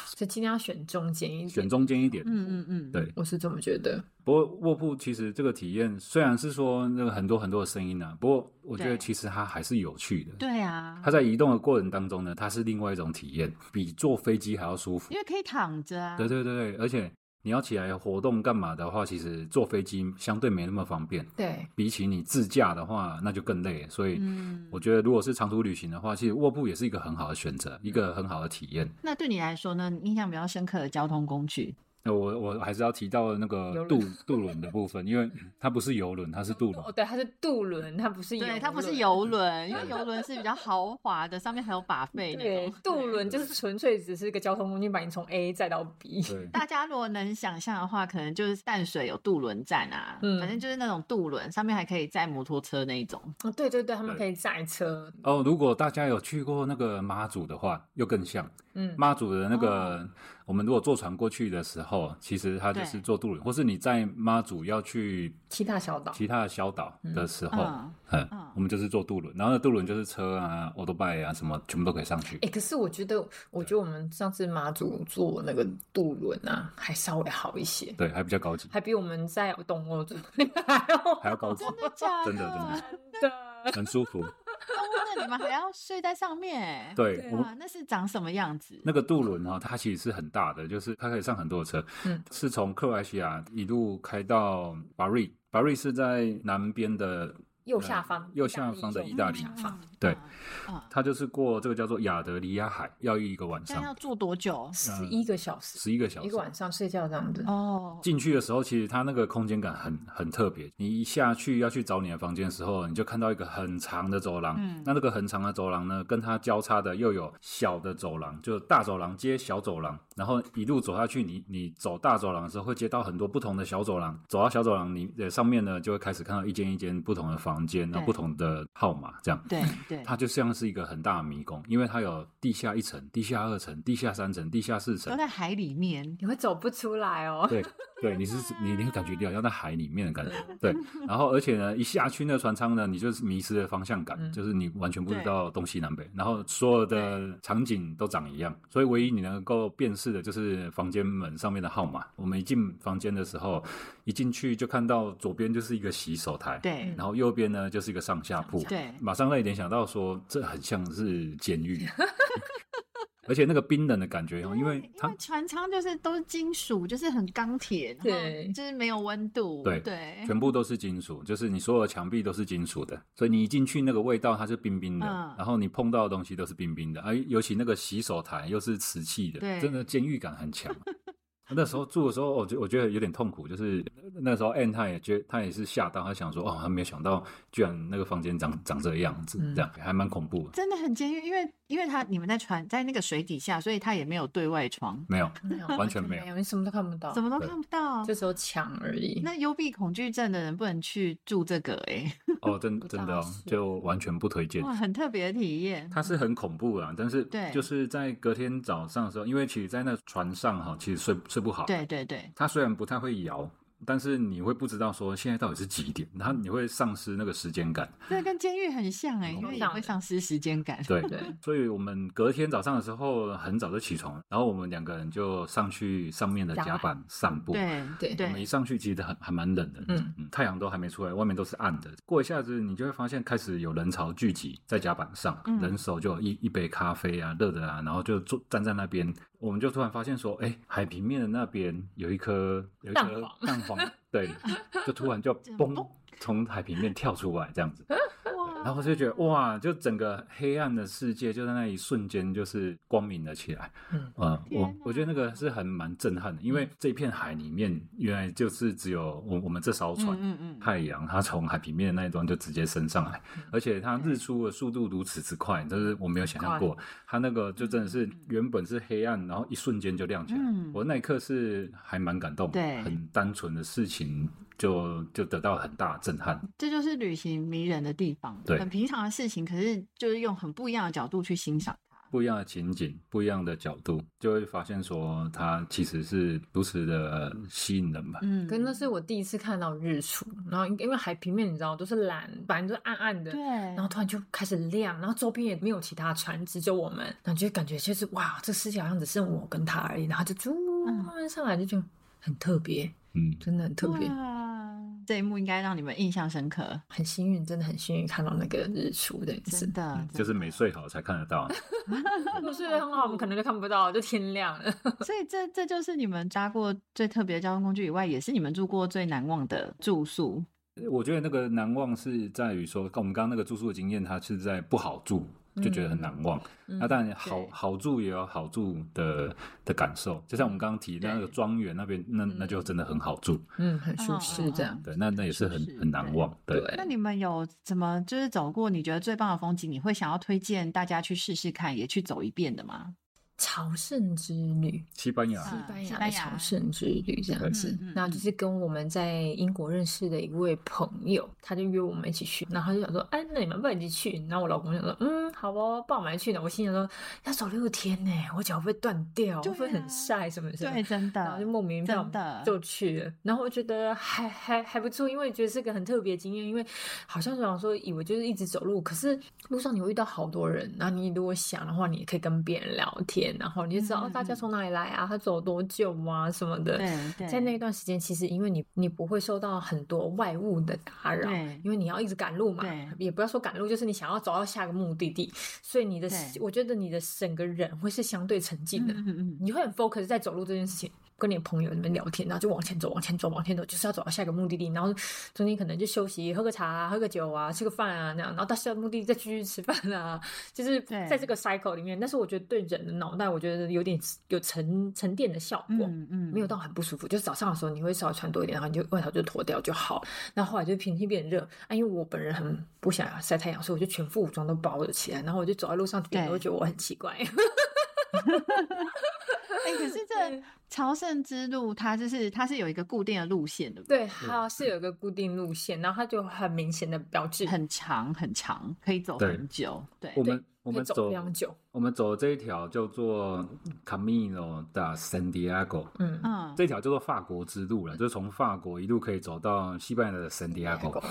所以尽量选中间一点。
选中间一点。
嗯嗯嗯，
对
我是这么觉得。
不过卧铺其实这个体验虽然是说那个很多很多的声音呢、啊不过我觉得
对
其实它还是有趣的。
对啊
它，在移动的过程当中呢，它是另外一种体验，比坐飞机还要舒服
因。为可以躺着啊。
对对对对，而且你要起来活动干嘛的话，其实坐飞机相对没那么方便。
对，
比起你自驾的话，那就更累。所以
嗯
我觉得，如果是长途旅行的话，其实卧铺也是一个很好的选择，一个很好的体验。
那对你来说呢？你印象比较深刻的交通工具？
那我我还是要提到那个
游
渡
轮
渡轮的部分，因为它不是游轮，它是渡轮
哦，。对，它是渡轮，它不是游
对，
轮，
它不是游轮，因为游轮是比较豪华的，上面还有 把费那
对
种，。
渡轮就是纯粹只是一个交通工具，把你从 A 载到 B。
对，
大家如果能想象的话，可能就是淡水有渡轮站啊，
嗯
反正就是那种渡轮，上面还可以载摩托车那一种。
哦，对对对，他们
对
可以载车。
哦，如果大家有去过那个妈祖的话，又更像
嗯，
妈祖的那个。我们如果坐船过去的时候，其实它就是
对
坐渡轮，或是你在妈祖要去
七大小岛。
其他的小岛的时候，
嗯
嗯
嗯
我们就是坐渡轮，然后那渡轮就是车啊、欧 t 拜啊什么，全部都可以上去。
哎、可是我觉得，我觉得我们上次马祖坐那个渡轮啊，还稍微好一些，
对，还比较高级。
还比我们在东欧坐那个还要
还要高级
真的假的？
真的真的
的。
很舒服。
哦那你们还要睡在上面？
对
对啊
我
哇
们，
那是长什么样子？
那个渡轮哈、它其实是很大的，就是它可以上很多的车，
嗯
是从克罗埃西亚一路开到巴瑞，巴瑞是在南边的
右下方
呃右下方的意大利
右。下方
对
嗯，嗯
它就是过这个叫做亚得里亚海，要一个晚
这样要
上，
坐多久？
十一个小时，
十一个小
一
时
个。晚上睡觉这样子。
哦，
进去的时候，其实它那个空间感很很特别。你一下去要去找你的房间的时候，你就看到一个很长的走廊。
嗯
那那个很长的走廊呢，跟它交叉的又有小的走廊，就大走廊接小走廊，然后一路走下去，你你走大走廊的时候会接到很多不同的小走廊。走到小走廊，你呃上面呢就会开始看到一间一间不同的房间，然后
对
不同的号码这样。
对对，
它就像是一个很大的迷宫，因为它有地下一层、地下二层、地下三层、地下四层
都，在海里面。
你会走不出来哦。
对对，你是你你会感觉掉要在海里面的感觉，对。然后而且呢，一下去那船舱呢，你就是迷失了方向感，
嗯
就是你完全不知
对
道东西南北，然后所有的场景都长一样，所以唯一你能够辨识的就是房间门上面的号码。我们一进房间的时候，一进去就看到左边就是一个洗手台，
对
然后右边呢就是一个上下铺，
对
马上让你联想到说这很像是监狱。 而且那个冰冷的感觉哦，因为
嗯因
它
为船舱就是都是金属，就是很钢铁，然后
对
就是没有温度，
对
对，
全部都是金属，就是你所有的墙壁都是金属的，所以你一进去那个味道它是冰冰的，
嗯
然后你碰到的东西都是冰冰的，而、啊尤其那个洗手台又是瓷器
对
的，真的监狱感很 强。那时候住的时候，我觉我觉得有点痛苦，就是那时候 Ann 他也觉他也是吓到，他想说哦，他没有想到居然那个房间长长这个样子，
嗯
这样还蛮恐怖的。
真的很监狱。因为因为它你们在船在那个水底下，所以它也没有对外窗，
没有，
没有，
完全没有
有，你什么都看不到，
什么都
对
看不到
就。只有墙而已。
那幽闭恐惧症的人不能去住这个、欸，
哦，真
不
真的
大
哦
是，
就完全不推荐。
哇，很特别的体验。
它是很恐怖啊，但是
对
就是在隔天早上的时候，因为其实在那船上哈，其实睡睡不好。，
对对对，
它虽然不太会摇，但是你会不知道说现在到底是几点，然后你会丧失那个时间感。
这跟监狱很像哎、因
很恐
为
怖
也会丧失时间感。
对，
对，
所以我们隔天早上的时候很早就起床，然后我们两个人就上去上面的甲板散步。
对
对
我们一上去其实很还蛮冷的，
嗯
嗯，太阳都还没出来，外面都是暗的。过一下子，你就会发现开始有人潮聚集在甲板上，
嗯
人手就有一一杯咖啡啊，热的啊，然后就坐站在那边我们就突然发现说，哎、海平面的那边有一颗有一颗
蛋
蛋黄，对，就突然就嘣从海平面跳出来这样子，对然后就觉得哇，就整个黑暗的世界就在那一瞬间就是光明了起来。
嗯
呃，我
天
我觉得那
哪嗯
个是很蛮震撼的，因为这片海里面原来就是只有我我们这艘
嗯
船。
嗯嗯，
太阳它从海平面的那一端就直接升上来，而且它
嗯
日出的速度如此之快，就是我没有想象过。它那个就真的是原本是黑暗，然后一瞬间就亮起来。
嗯
我那一刻是还蛮感动的，
对
很单纯的事情就就得到很大的震撼。
这就是旅行迷人的地方，
对
很平常的事情，可是就是用很不一样的角度去欣赏它。
不一样的情景、不一样的角度，就会发现说它其实是如此的吸引人吧。
嗯，
可是那是我第一次看到日出，然后因因为海平面你知道都是蓝，反正就暗暗的
对，，
然后突然就开始亮，然后周边也没有其他船只，只有我们，然后就感觉就是哇，这世界好像只剩我跟他而已，然后就啾
嗯
慢慢上来，就觉得很特别，
嗯，
真的很特
啊
别，
哇这一幕应该让你们印象深刻，
很幸运，真的很幸运看到那个日出的，
啊真的，
嗯就是
美
没睡好才看得到。
我睡得很好，我们可能就看不到，就天亮了。
所以这这就是你们搭过最特别的交通工具以外，也是你们住过最难忘的住宿。
我觉得那个难忘是在于说，我们刚刚那个住宿的经验，它是在不好住。就觉得很难忘。
嗯
那、啊当然好，
嗯对
好住也有好住的的感受。就像我们刚刚提的那个
对
庄园那边，那那就真的很好住。
嗯，很
嗯
舒
嗯
适
嗯
这样。
对，那那也是很
是
很难忘。对，
那你们有怎么就是走过你觉得最棒的风景，你会想要推荐大家去试试看，也去走一遍的吗？
朝圣之旅，
西班牙
是
西
啊
班
西
牙
班
的
牙
朝圣之旅这样子
嗯嗯，
那就是跟我们在英国认识的一位朋友，他就约我们一起去，然后他就想说，哎，那你们不然一起去？然后我老公就说，嗯，好哦，不然我们一起去呢。我心想说，要走六天呢，我脚会不会断掉，会
对啊
不会很晒什么什么？
对，真
然后
的
就，莫名其妙
真的
就去了，然后我觉得还还还不错，因为觉得是个很特别的经验，因为好像想说以为就是一直走路，可是路上你会遇到好多人，然后你如果想的话，你也可以跟别人聊天，然后你就知道、
嗯
哦大家
嗯
从哪里来啊，他走多久啊什么的。
对对，
在那段时间，其实因为你你不会受到很多外物的打扰
对，
因为你要一直赶路嘛
对，
也不要说赶路，就是你想要走到下个目的地，所以你的
对
我觉得你的整个人会是相对沉静
嗯
的，
嗯嗯
你会很 focus 在走路这件事情，跟你的朋友那边聊天，然后就往前走，往前走，往前走，就是要走到下一个目的地，然后中间可能就休息，喝个茶啊，喝个酒啊，吃个饭啊，那样，然后到下一个目的地再继续吃饭啊，就是
对
在这个 cycle 里面。但是我觉得对人的脑袋，我觉得有点有沉沉淀的效果。
嗯嗯，
没有到很不舒服，就是早上的时候你会稍微穿多一点，然后你就外套就脱掉就好。那后来就天气变热，啊，因为我本人很不想晒太阳，所以我就全副武装都包了起来，然后我就走在路上，别人都
对
会觉得我很奇怪。
哎、可是这朝圣之路，它就是它是有一个固定的路线的，
对，它是有一个固定路线，然后它就很明显的标志，
很长很长，可以走
对
很久，对，
我们我
可以
们
走
走
非常久。
我们走的这一条叫做 Camino da San Diego，
嗯，
嗯，
这条叫做法国之路了，就是从法国一路可以走到西班牙的 San Diego。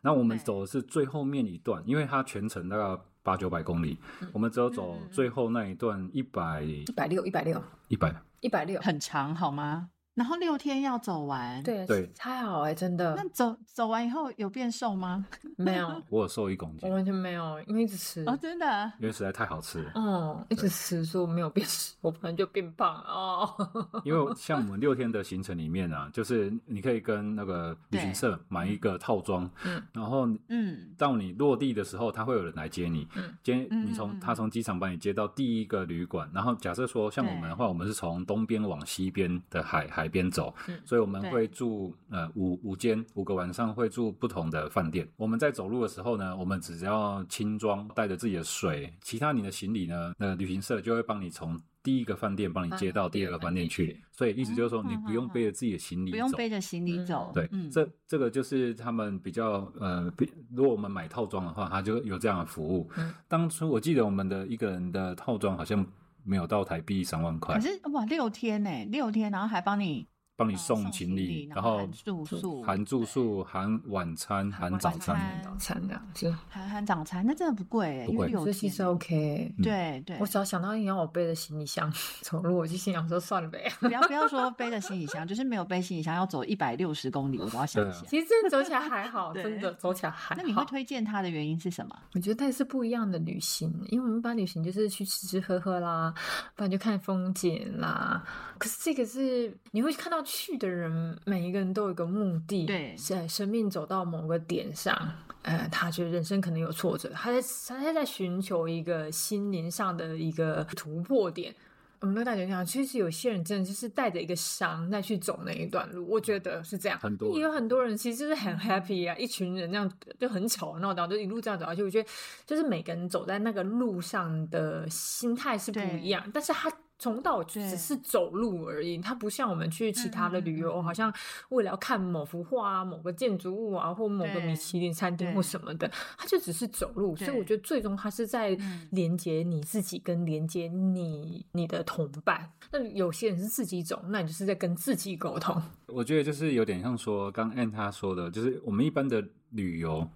那我们
对
走的是最后面一段，因为它全程大概八九百公里，我们只有走最后那一段一百
一百六，一百六，
一百。
一百六，
很长好吗？然后六天要走完，，
对
对
太好哎、真的
那走走完以后有变瘦吗？
没有，
我有瘦一公斤
我，完全没有，因为一直吃。
哦，真的，
因为实在太好吃了。
嗯，一直吃，所以我没有变，我本来就变胖了哦。
因为像我们六天的行程里面啊，就是你可以跟那个旅行社买一个套装，
嗯
然后
嗯，
到你落地的时候，他会有人来接你
嗯，
接
嗯
你
嗯
从
嗯
他从机场把你接到第一个旅馆，然后假设说像我们的话，我们是从东边往西边的海海边走
嗯，
所以我们
对
会住呃五五间五个晚上会住不同的饭店。我们在走路的时候呢，我们只要轻装带着自己的水，其他你的行李呢，那个旅行社就会帮你从。第一个饭店帮你接到
帮你
第二个饭店
第二
去
个饭店，
所以意思就是说，你
嗯
不
嗯
用
嗯
背着自己的行李
不用
走
背着行李走，
对，
嗯，
这这个就是他们比较呃，比如果我们买套装的话，它就有这样的服务。
嗯
当初我记得我们的一个人的套装好像没有到台币三万块
可，是哇，六天呢、六天，然后还帮你
帮你
呃
送
送
行
行
李
李，
然
然
后
后含住宿
含住宿、含晚餐、含早餐。
餐
早餐这样子，
含含早餐，那真的不贵耶，
不
因为
贵
有
这其实
钱欸
OK。
嗯
对对，
我只要想到你让我背着行李箱 走路，我就心想说算了呗。
不要不要说背着行李箱，就是没有背行李箱要走一百六十公里，我都要想
对
一
啊
下。
其实真的走起来还好，
对
真的走起来还好。
那你会推荐它的原因是什么？
我觉得它也是不一样的旅行，因为我们一般旅行就是去吃吃喝喝啦，不然就看风景啦。可是这个是你会看到去的人，每一个人都有一个目的，
对
在生命走到某个点上，呃，他觉得人生可能有挫折，他在他在寻求一个心灵上的一个突破点。我们都大学讲，其实有些人真的就是带着一个伤再去走那一段路，我觉得是这样。
很多人
也有很多人其实就是
嗯
很 happy 啊，一群人那样就很吵闹的，就一路这样走下去。我觉得就是每个人走在那个路上的心态是不一样，但是他。从头到尾就
对
只是走路而已，它不像我们去其他的旅游，
嗯嗯嗯
好像为了要看某幅画啊、某个建筑物啊，或某个
对
米其林餐厅
对
或什么的，它就只是走路。所以
对
我觉得最终它是在
嗯
连接你自己，跟连接你你的同伴。那有些人是自己走，那你就是在跟自己沟通。
我觉得就是有点像说，刚 a n 他说的，就是我们一般的旅游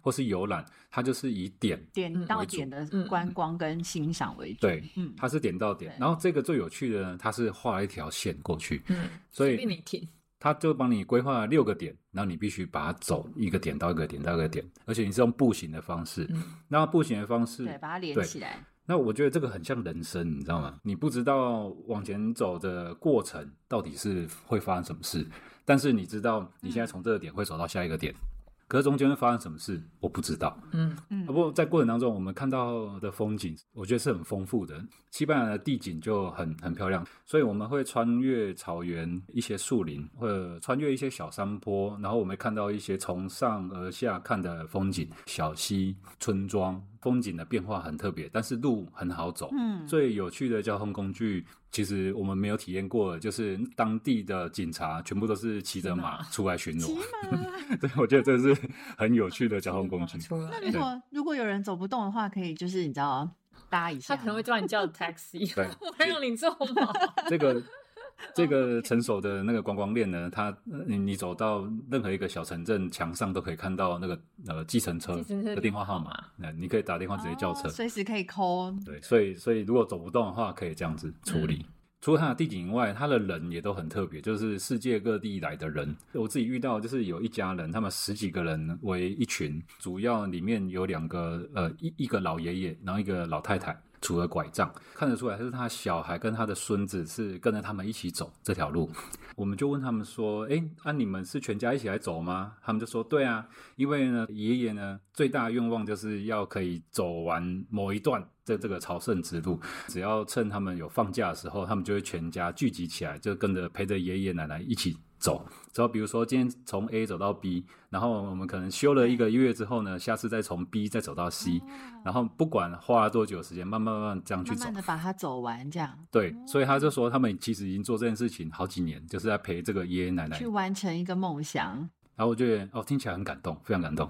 或是游览，它就是以点
点到
为主
点的
嗯嗯
观光跟欣赏为主。
对，
嗯，
它是点到点。
对
然后这个最有趣的呢，它是画了一条线过去，
嗯，
所
随便你
以
听。
它就帮你规划了六个点，然后你必须把它走一个点到一个点到一个点，而且你是用步行的方式。
嗯
那步行的方式，
对，把它连
对
起来。
那我觉得这个很像人生，你知道吗？你不知道往前走的过程到底是会发生什么事，但是你知道你现在从这个点会走到下一个点，可是中间会发生什么事，我不知道。
嗯，
嗯
啊不，过在过程当中，我们看到的风景，我觉得是很丰富的。西班牙的地景就很很漂亮，所以我们会穿越草原、一些树林，或穿越一些小山坡，然后我们会看到一些从上而下看的风景，小溪、村庄，风景的变化很特别，但是路很好走。
嗯，
最有趣的交通工具，其实我们没有体验过的，就是当地的警察全部都是骑着马出来巡逻。 对，我觉得这是很有趣的交通工具。
出来
那如果如果有人走不动的话，可以就是你知道搭一下，
他可能会叫你 叫 taxi，
对
我还让你坐吗？
这个这个成熟的那个观光链呢，它呃你你走到任何一个小城镇墙上都可以看到那个呃计程车
计程车
的电话号码，那、你可以打电话直接叫车。
哦随时可以抠。
对，所以所以如果走不动的话，可以这样子处理。除了它的地景以外，它的人也都很特别，就是世界各地来的人。我自己遇到就是有一家人，他们十几个人为一群，主要里面有两个呃一一个老爷爷，然后一个老太太。拄了拐杖，看得出来是他小孩跟他的孙子是跟着他们一起走这条路。我们就问他们说：“哎，那、你们是全家一起来走吗？”他们就说：“对啊，因为呢，爷爷呢最大的愿望就是要可以走完某一段的这个朝圣之路。只要趁他们有放假的时候，他们就会全家聚集起来，就跟着陪着爷爷奶奶一起走。然后比如说今天从 A 走到 B，然后我们可能休了一个月之后呢，下次再从 B 再走到 C，、然
哦
后不管花了多久的时间，慢慢慢慢这样去
慢
走。
慢的哦把它走完，这样
对，所以他就说他们其实已经做这件事情好几年，就是在陪这个爷爷奶奶
去完成一个梦想。
然后我觉得哦，听起来很感动，非常感动，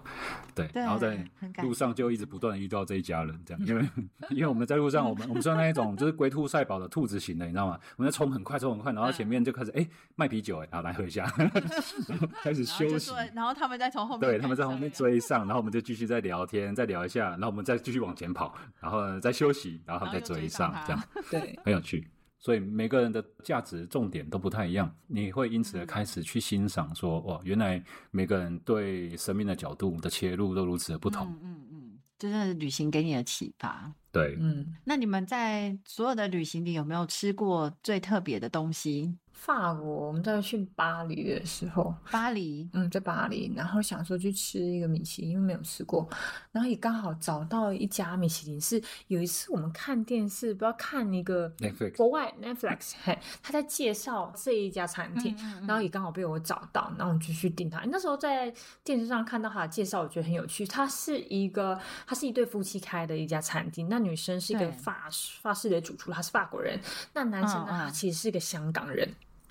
对。
对
然后在
很感嗯
路上就一直不断的遇到这一家人，这样，因为 因为我们在路上，我们我们算那一种就是龟兔赛跑的兔子型的，你知道吗？我们在冲很快，冲很快，
嗯
然后前面就开始哎、卖啤酒哎、啊来喝 一下，然后开始
然后
休
就
息
说，，然后他们再从后面
对，
赶
他们在后
上
面
来
追上，然后我们就继续再聊天，再聊一下，然后我们再继续往前跑，然后呢再休息，然后他
然
们
后
再
又追
追
上
上，
他
这样
对，
很有趣。所以每个人的价值重点都不太一样，你会因此而开始去欣赏说，哇，原来每个人对生命的角度的切入都如此的不同。
嗯嗯嗯，这真的是旅行给你的启发。
对，
嗯，
那你们在所有的旅行里有没有吃过最特别的东西？
法国，我们在去巴黎的时候，
巴黎，
嗯，在巴黎，然后想说去吃一个米其林，因为没有吃过，然后也刚好找到一家米其林，是有一次我们看电视，不知道看一个
Netflix
国外 Netflix，嘿，他在介绍这一家餐厅，然
嗯
后也刚好被我找到，然后我就去订它。那时候在电视上看到它的介绍，我觉得很有趣。它是一个，它是一对夫妻开的一家餐厅。那女生是一个
对
法式法式的主厨，她是法国人。那男生呢，
嗯嗯
他其实是一个香港人。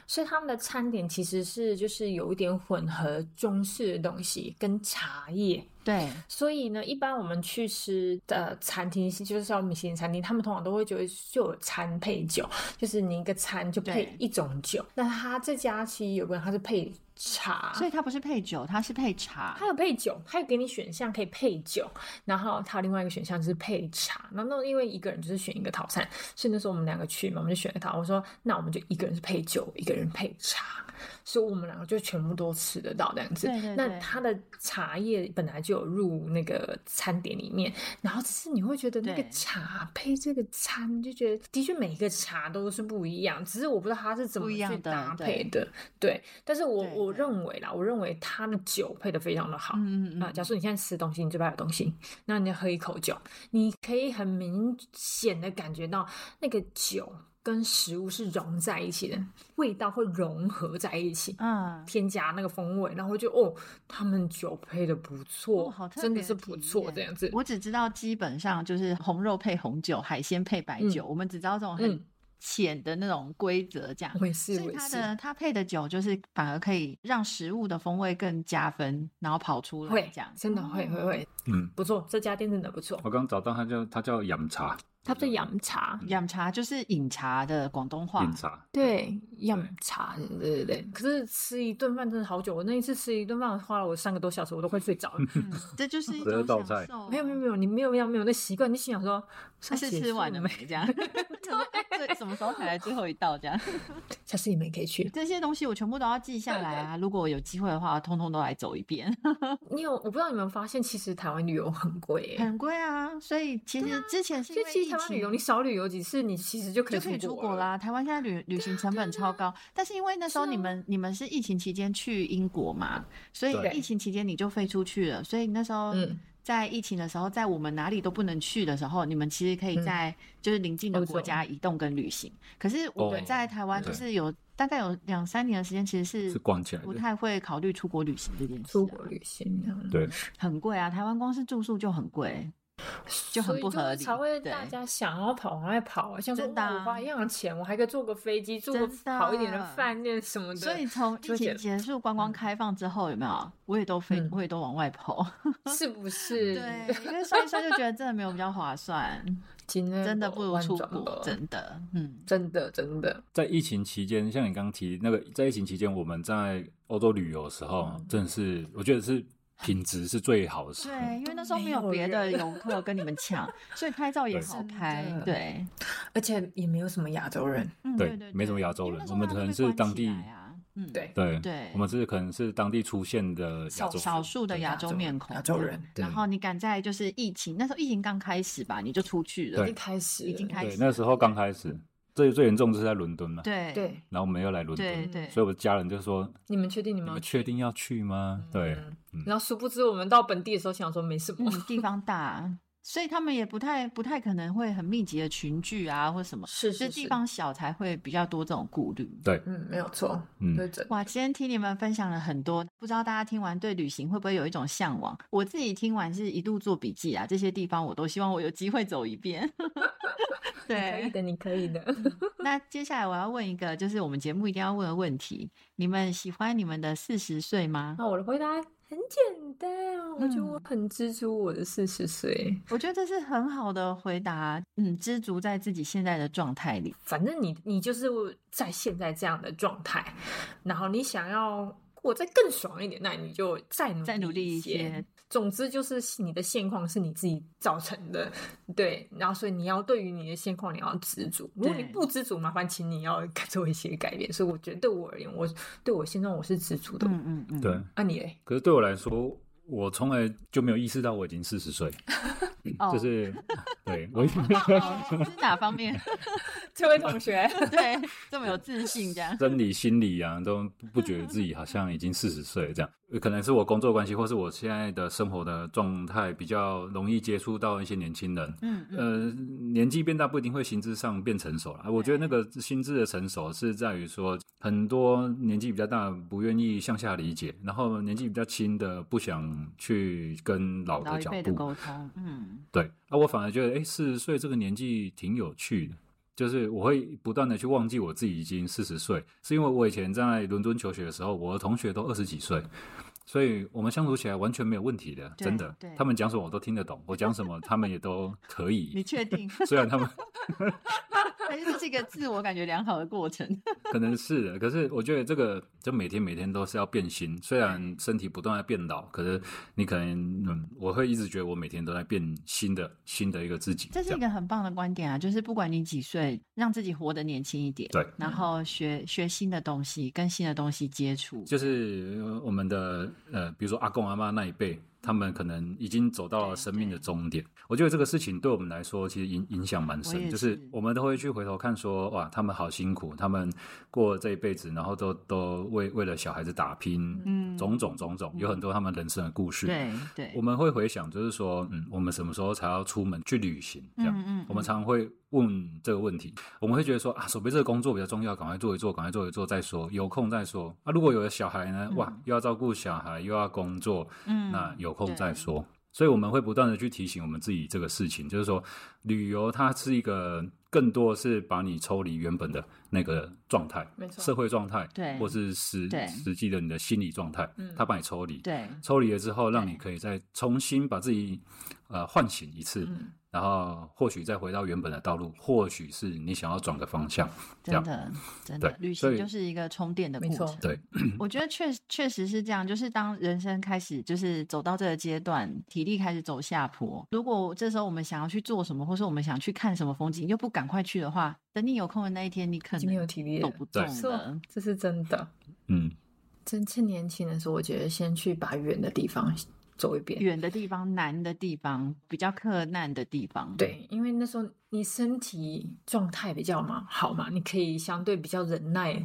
所以他们的餐点其实是就是有一点混合中式的东西跟茶叶。
对，
所以呢，一般我们去吃的餐厅，就是像米其林餐厅，他们通常都会觉得就有餐配酒，就是你一个餐就配
对
一种酒。那他这家其实有个人他是配茶，
所以它不是配酒，它是配茶
啊它。有配酒，它有给你选项可以配酒，然后它有另外一个选项就是配茶。那那因为一个人就是选一个套餐，所以那时候我们两个去嘛，我们就选了套。我说那我们就一个人是配酒，一个人配茶，所以我们两个就全部都吃得到这样子。
对对
那
对
它的茶叶本来就有入那个餐点里面，然后只是你会觉得那个
对
茶配这个餐，就觉得的确每一个茶都是不一样，只是我不知道它是怎
不
么
一样
去
的
搭
对
配的。对，但是我
对
我
对
认为啦，我认为它的酒配的非常的好。
嗯嗯
啊、
嗯，
假设你现在吃东西，你嘴巴有东西，那你喝一口酒，你可以很明显的感觉到那个酒跟食物是融在一起的，味道会融合在一起，
嗯，
添加那个风味，然后就哦，他们酒配的不错，
哦好特
真
别的
的是不
体
错
验
这样子。
我只知道基本上就是红肉配红酒，海鲜配白酒，我们只知道这种很
嗯
浅的那种规则这样。
我也是，
所
我
以
也
它
是。
的它配的酒就是反而可以让食物的风味更加分，然后跑出来哦
会
这样。
真的会会会
嗯，
不错，这家店真的不错
我。刚找到它叫它叫养茶，
它叫养茶，
养茶就是饮茶的广东话
饮，茶，
嗯
对，养茶，对对对。可是吃一顿饭真的好久，我那一次吃一顿饭花了我三个多小时，我都快睡着了。
嗯这就是一
这是道
种
菜
享受。
没有没有没有，你没有要没有那习惯，你心想说，
它
上
是
次
吃完了没
没？？
这 样，对，什么时候才来最后一道？这样，
下次你们也可以去。
这些东西我全部都要记下来啊！如果我有机会的话，通通都来走一遍。
你有我不知道你们发现，其实台湾旅游很贵、欸。
很贵啊，所以其实之前是因
就
为
其
疫
实台湾
情，
旅游，你少旅游几次，你其实就可以
就可以出
国
国
了。嗯
啦。台湾现在旅旅行成本超高，啊但是因为那时候
是啊
你们你们是疫情期间去英国嘛，所以
对
疫情期间你就飞出去了，所以那时候
嗯
在疫情的时候，在我们哪里都不能去的时候，你们其实可以
嗯
在就是邻近的
欧
国
洲
家移动跟旅行。可是我们
哦
在台湾就
对
是有大概有两三年的时间，其实
是
是
关起来
不
的。
太会考虑出国旅行这件事、啊，
出国旅行这样子
对，
很贵啊，台湾光是住宿就很贵，就很
所以
不合
是
理
才会
对
大家想要跑往外跑啊，像说
真的啊
哇我花一样的钱，我还可以坐个飞机，住个
真的啊
好一点的饭店什么的。
所以从
就
疫
会觉
情
得
结束、观光开放之后，有没有？我也都飞，
嗯
我也都往外跑。
是不是？
对，因为算一算就觉得真的没有比较划算，
今天
真的不如
完
出
全
国，
不
真的，嗯，
真的真的
在疫情期间，像你刚刚提那个，在疫情期间我们在欧洲旅游的时候，真的是我觉得是品质是最好的时候。
对，因为那时候
没
没有
有
别的
人
游客跟你们抢，所以拍照也
对
好
真
拍
的，
对，
而且也没有什么亚洲人。
嗯
对
对
没什么亚洲
因为
人
那时
我
候
们
大家
可
都
能
被
是
关
当
起
地
来啊，嗯，
对
对
对
我们是可能是当地出现的亚
少
洲
少
人
数的
对
亚洲面孔，
亚洲人。对
然后你赶在就是疫情那时候疫情刚开始吧，你就出去了
一，开始
已经
了
开
对
始，
那时候刚开始，最最严重就是在伦敦嘛。
对
对，
然后我们又来伦
对
敦，
对，
所以我的家人就说
你们确定你：“
你
们要
们确定要去吗？”对，
嗯
嗯
然后殊不知我们到本地的时候想说没什么
嗯，，地方大，所以他们也不太不太可能会很密集的群聚啊，或什么，
是
就是地
是
方小才会比较多这种顾虑。
嗯，没有错，
嗯
对真的
哇，今天听你们分享了很多，不知道大家听完对旅行会不会有一种向往？我自己听完是一度做笔记啊，这些地方我都希望我有机会走一遍。
可以
对，
的，你可以的。
那接下来我要问一个，就是我们节目一定要问的问题：你们喜欢你们的四十岁吗？
那我的回答很简单啊，我觉得我
嗯
很知足我的四十岁。
我觉得这是很好的回答，嗯，知足在自己现在的状态里。
反正你你就是在现在这样的状态，然后你想要过再更爽一点，那你就再努
再努力一
一
些。
总之就是你的现况是你自己造成的，对。然后所以你要对于你的现况你要知足，如果你
对
不知足，麻烦请你要做一些改 变。所以我觉得对我而言，我对我现状我是知足的。
嗯嗯嗯，
对。
啊你嘞？
可是对我来说，我从来就没有意识到我已经四十岁，
哦
就是 对我已经
是哪方面？
这位同学，
对，这么有自信这样。
生理、心理啊，都不不觉得自己好像已经四十岁这样。呃可能是我工作关系，或是我现在的生活的状态比较容易接触到一些年轻人。
嗯嗯，
呃，年纪变大不一定会心智上变成熟了。我觉得那个心智的成熟是在于说，很多年纪比较大不愿意向下理解，然后年纪比较轻的不想去跟老
老
的
一
脚
辈的
步。
沟通，嗯，
对啊，我反而觉得，哎，四十岁这个年纪挺有趣的。就是我会不断的去忘记我自己已经四十岁，是因为我以前在伦敦求学的时候，我的同学都二十几岁，所以我们相处起来完全没有问题的，
对
真的
对。
他们讲什么我都听得懂，我讲什么他们也都 可
你
以。
确定？
虽然他们
它就是一个自我感觉良好的过程。
可能是的，可是我觉得这个就每天每天都是要变新。虽然身体不断在变老，可是你可能嗯，我会一直觉得我每天都在变新的新的一个自己。
这是一
样
个很棒的观点啊，就是不管你几岁，让自己活得年轻一点，
对。
然后学学新的东西，跟新的东西接触，
就是呃我们的呃，比如说阿公阿妈那一辈，他们可能已经走到
对
了生命的
对
终点。我觉得这个事情对我们来说，其实影影响蛮
我
深，
也
就是
是
我们都会去回头看说，哇，他们好辛苦，他们过了这一辈子，然后都都为为了小孩子打拼，
嗯
种种种种，有很多他们人生的故事。
对对，
我们会回想，就是说，嗯，我们什么时候才要出门去旅行？这样，
嗯嗯
我
嗯
们常会问这个问题，我们会觉得说啊，手边这个工作比较重要，赶快做一做，赶快做一做再说，有空再说。啊，如果有了小孩呢，哇
嗯，
又要照顾小孩，又要工作，
嗯
那有空
对
再说。所以我们会不断的去提醒我们自己这个事情，就是说，旅游它是一个更多是把你抽离原本的那个状态，
没错
社会状态，
对
或是实
对
实际的你的心理状态，
嗯
它把你抽离，
对
抽离了之后，让
对
你可以再重新把自己呃唤醒一次，
嗯
然后或许再回到原本的道路，或许是你想要转个方向。
真
这样
的真的
对，
旅
所
行
以
就是一个充电的
没
过
错
程。
对，
我觉得确确实是这样，就是当人生开始就是走到这个阶段，体力开始走下坡，如果这时候我们想要去做什么，或是我们想去看什么风景，又不赶快去的话，等你有空的那一天，你可
今天有
能
体力
走
了，
不动
对
没错
了。
这是真的。
嗯，
真趁年轻的时候，我觉得先去把远的地方走一遍。
远的地方、难的地方、比较困难的地方，
对，因为那时候你身体状态比较嘛好嘛，你可以相对比较忍耐的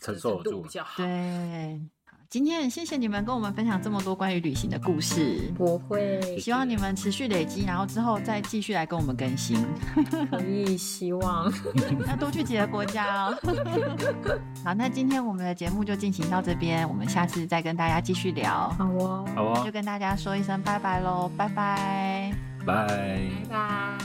承受
程
得
度
住
比。较好。
对。好今天很谢谢你们跟我们分享这么多关于旅行的故事，
我会
嗯谢
希望你们持续累积，然后之后再继续来跟我们更新。
可以希望，
要多去几个国家哦。 好，那今天我们的节目就进行到这边，我们下次再跟大家继续聊，
好哦，
好
就
哦，
跟大家说一声拜拜喽，拜拜。
拜。
拜拜。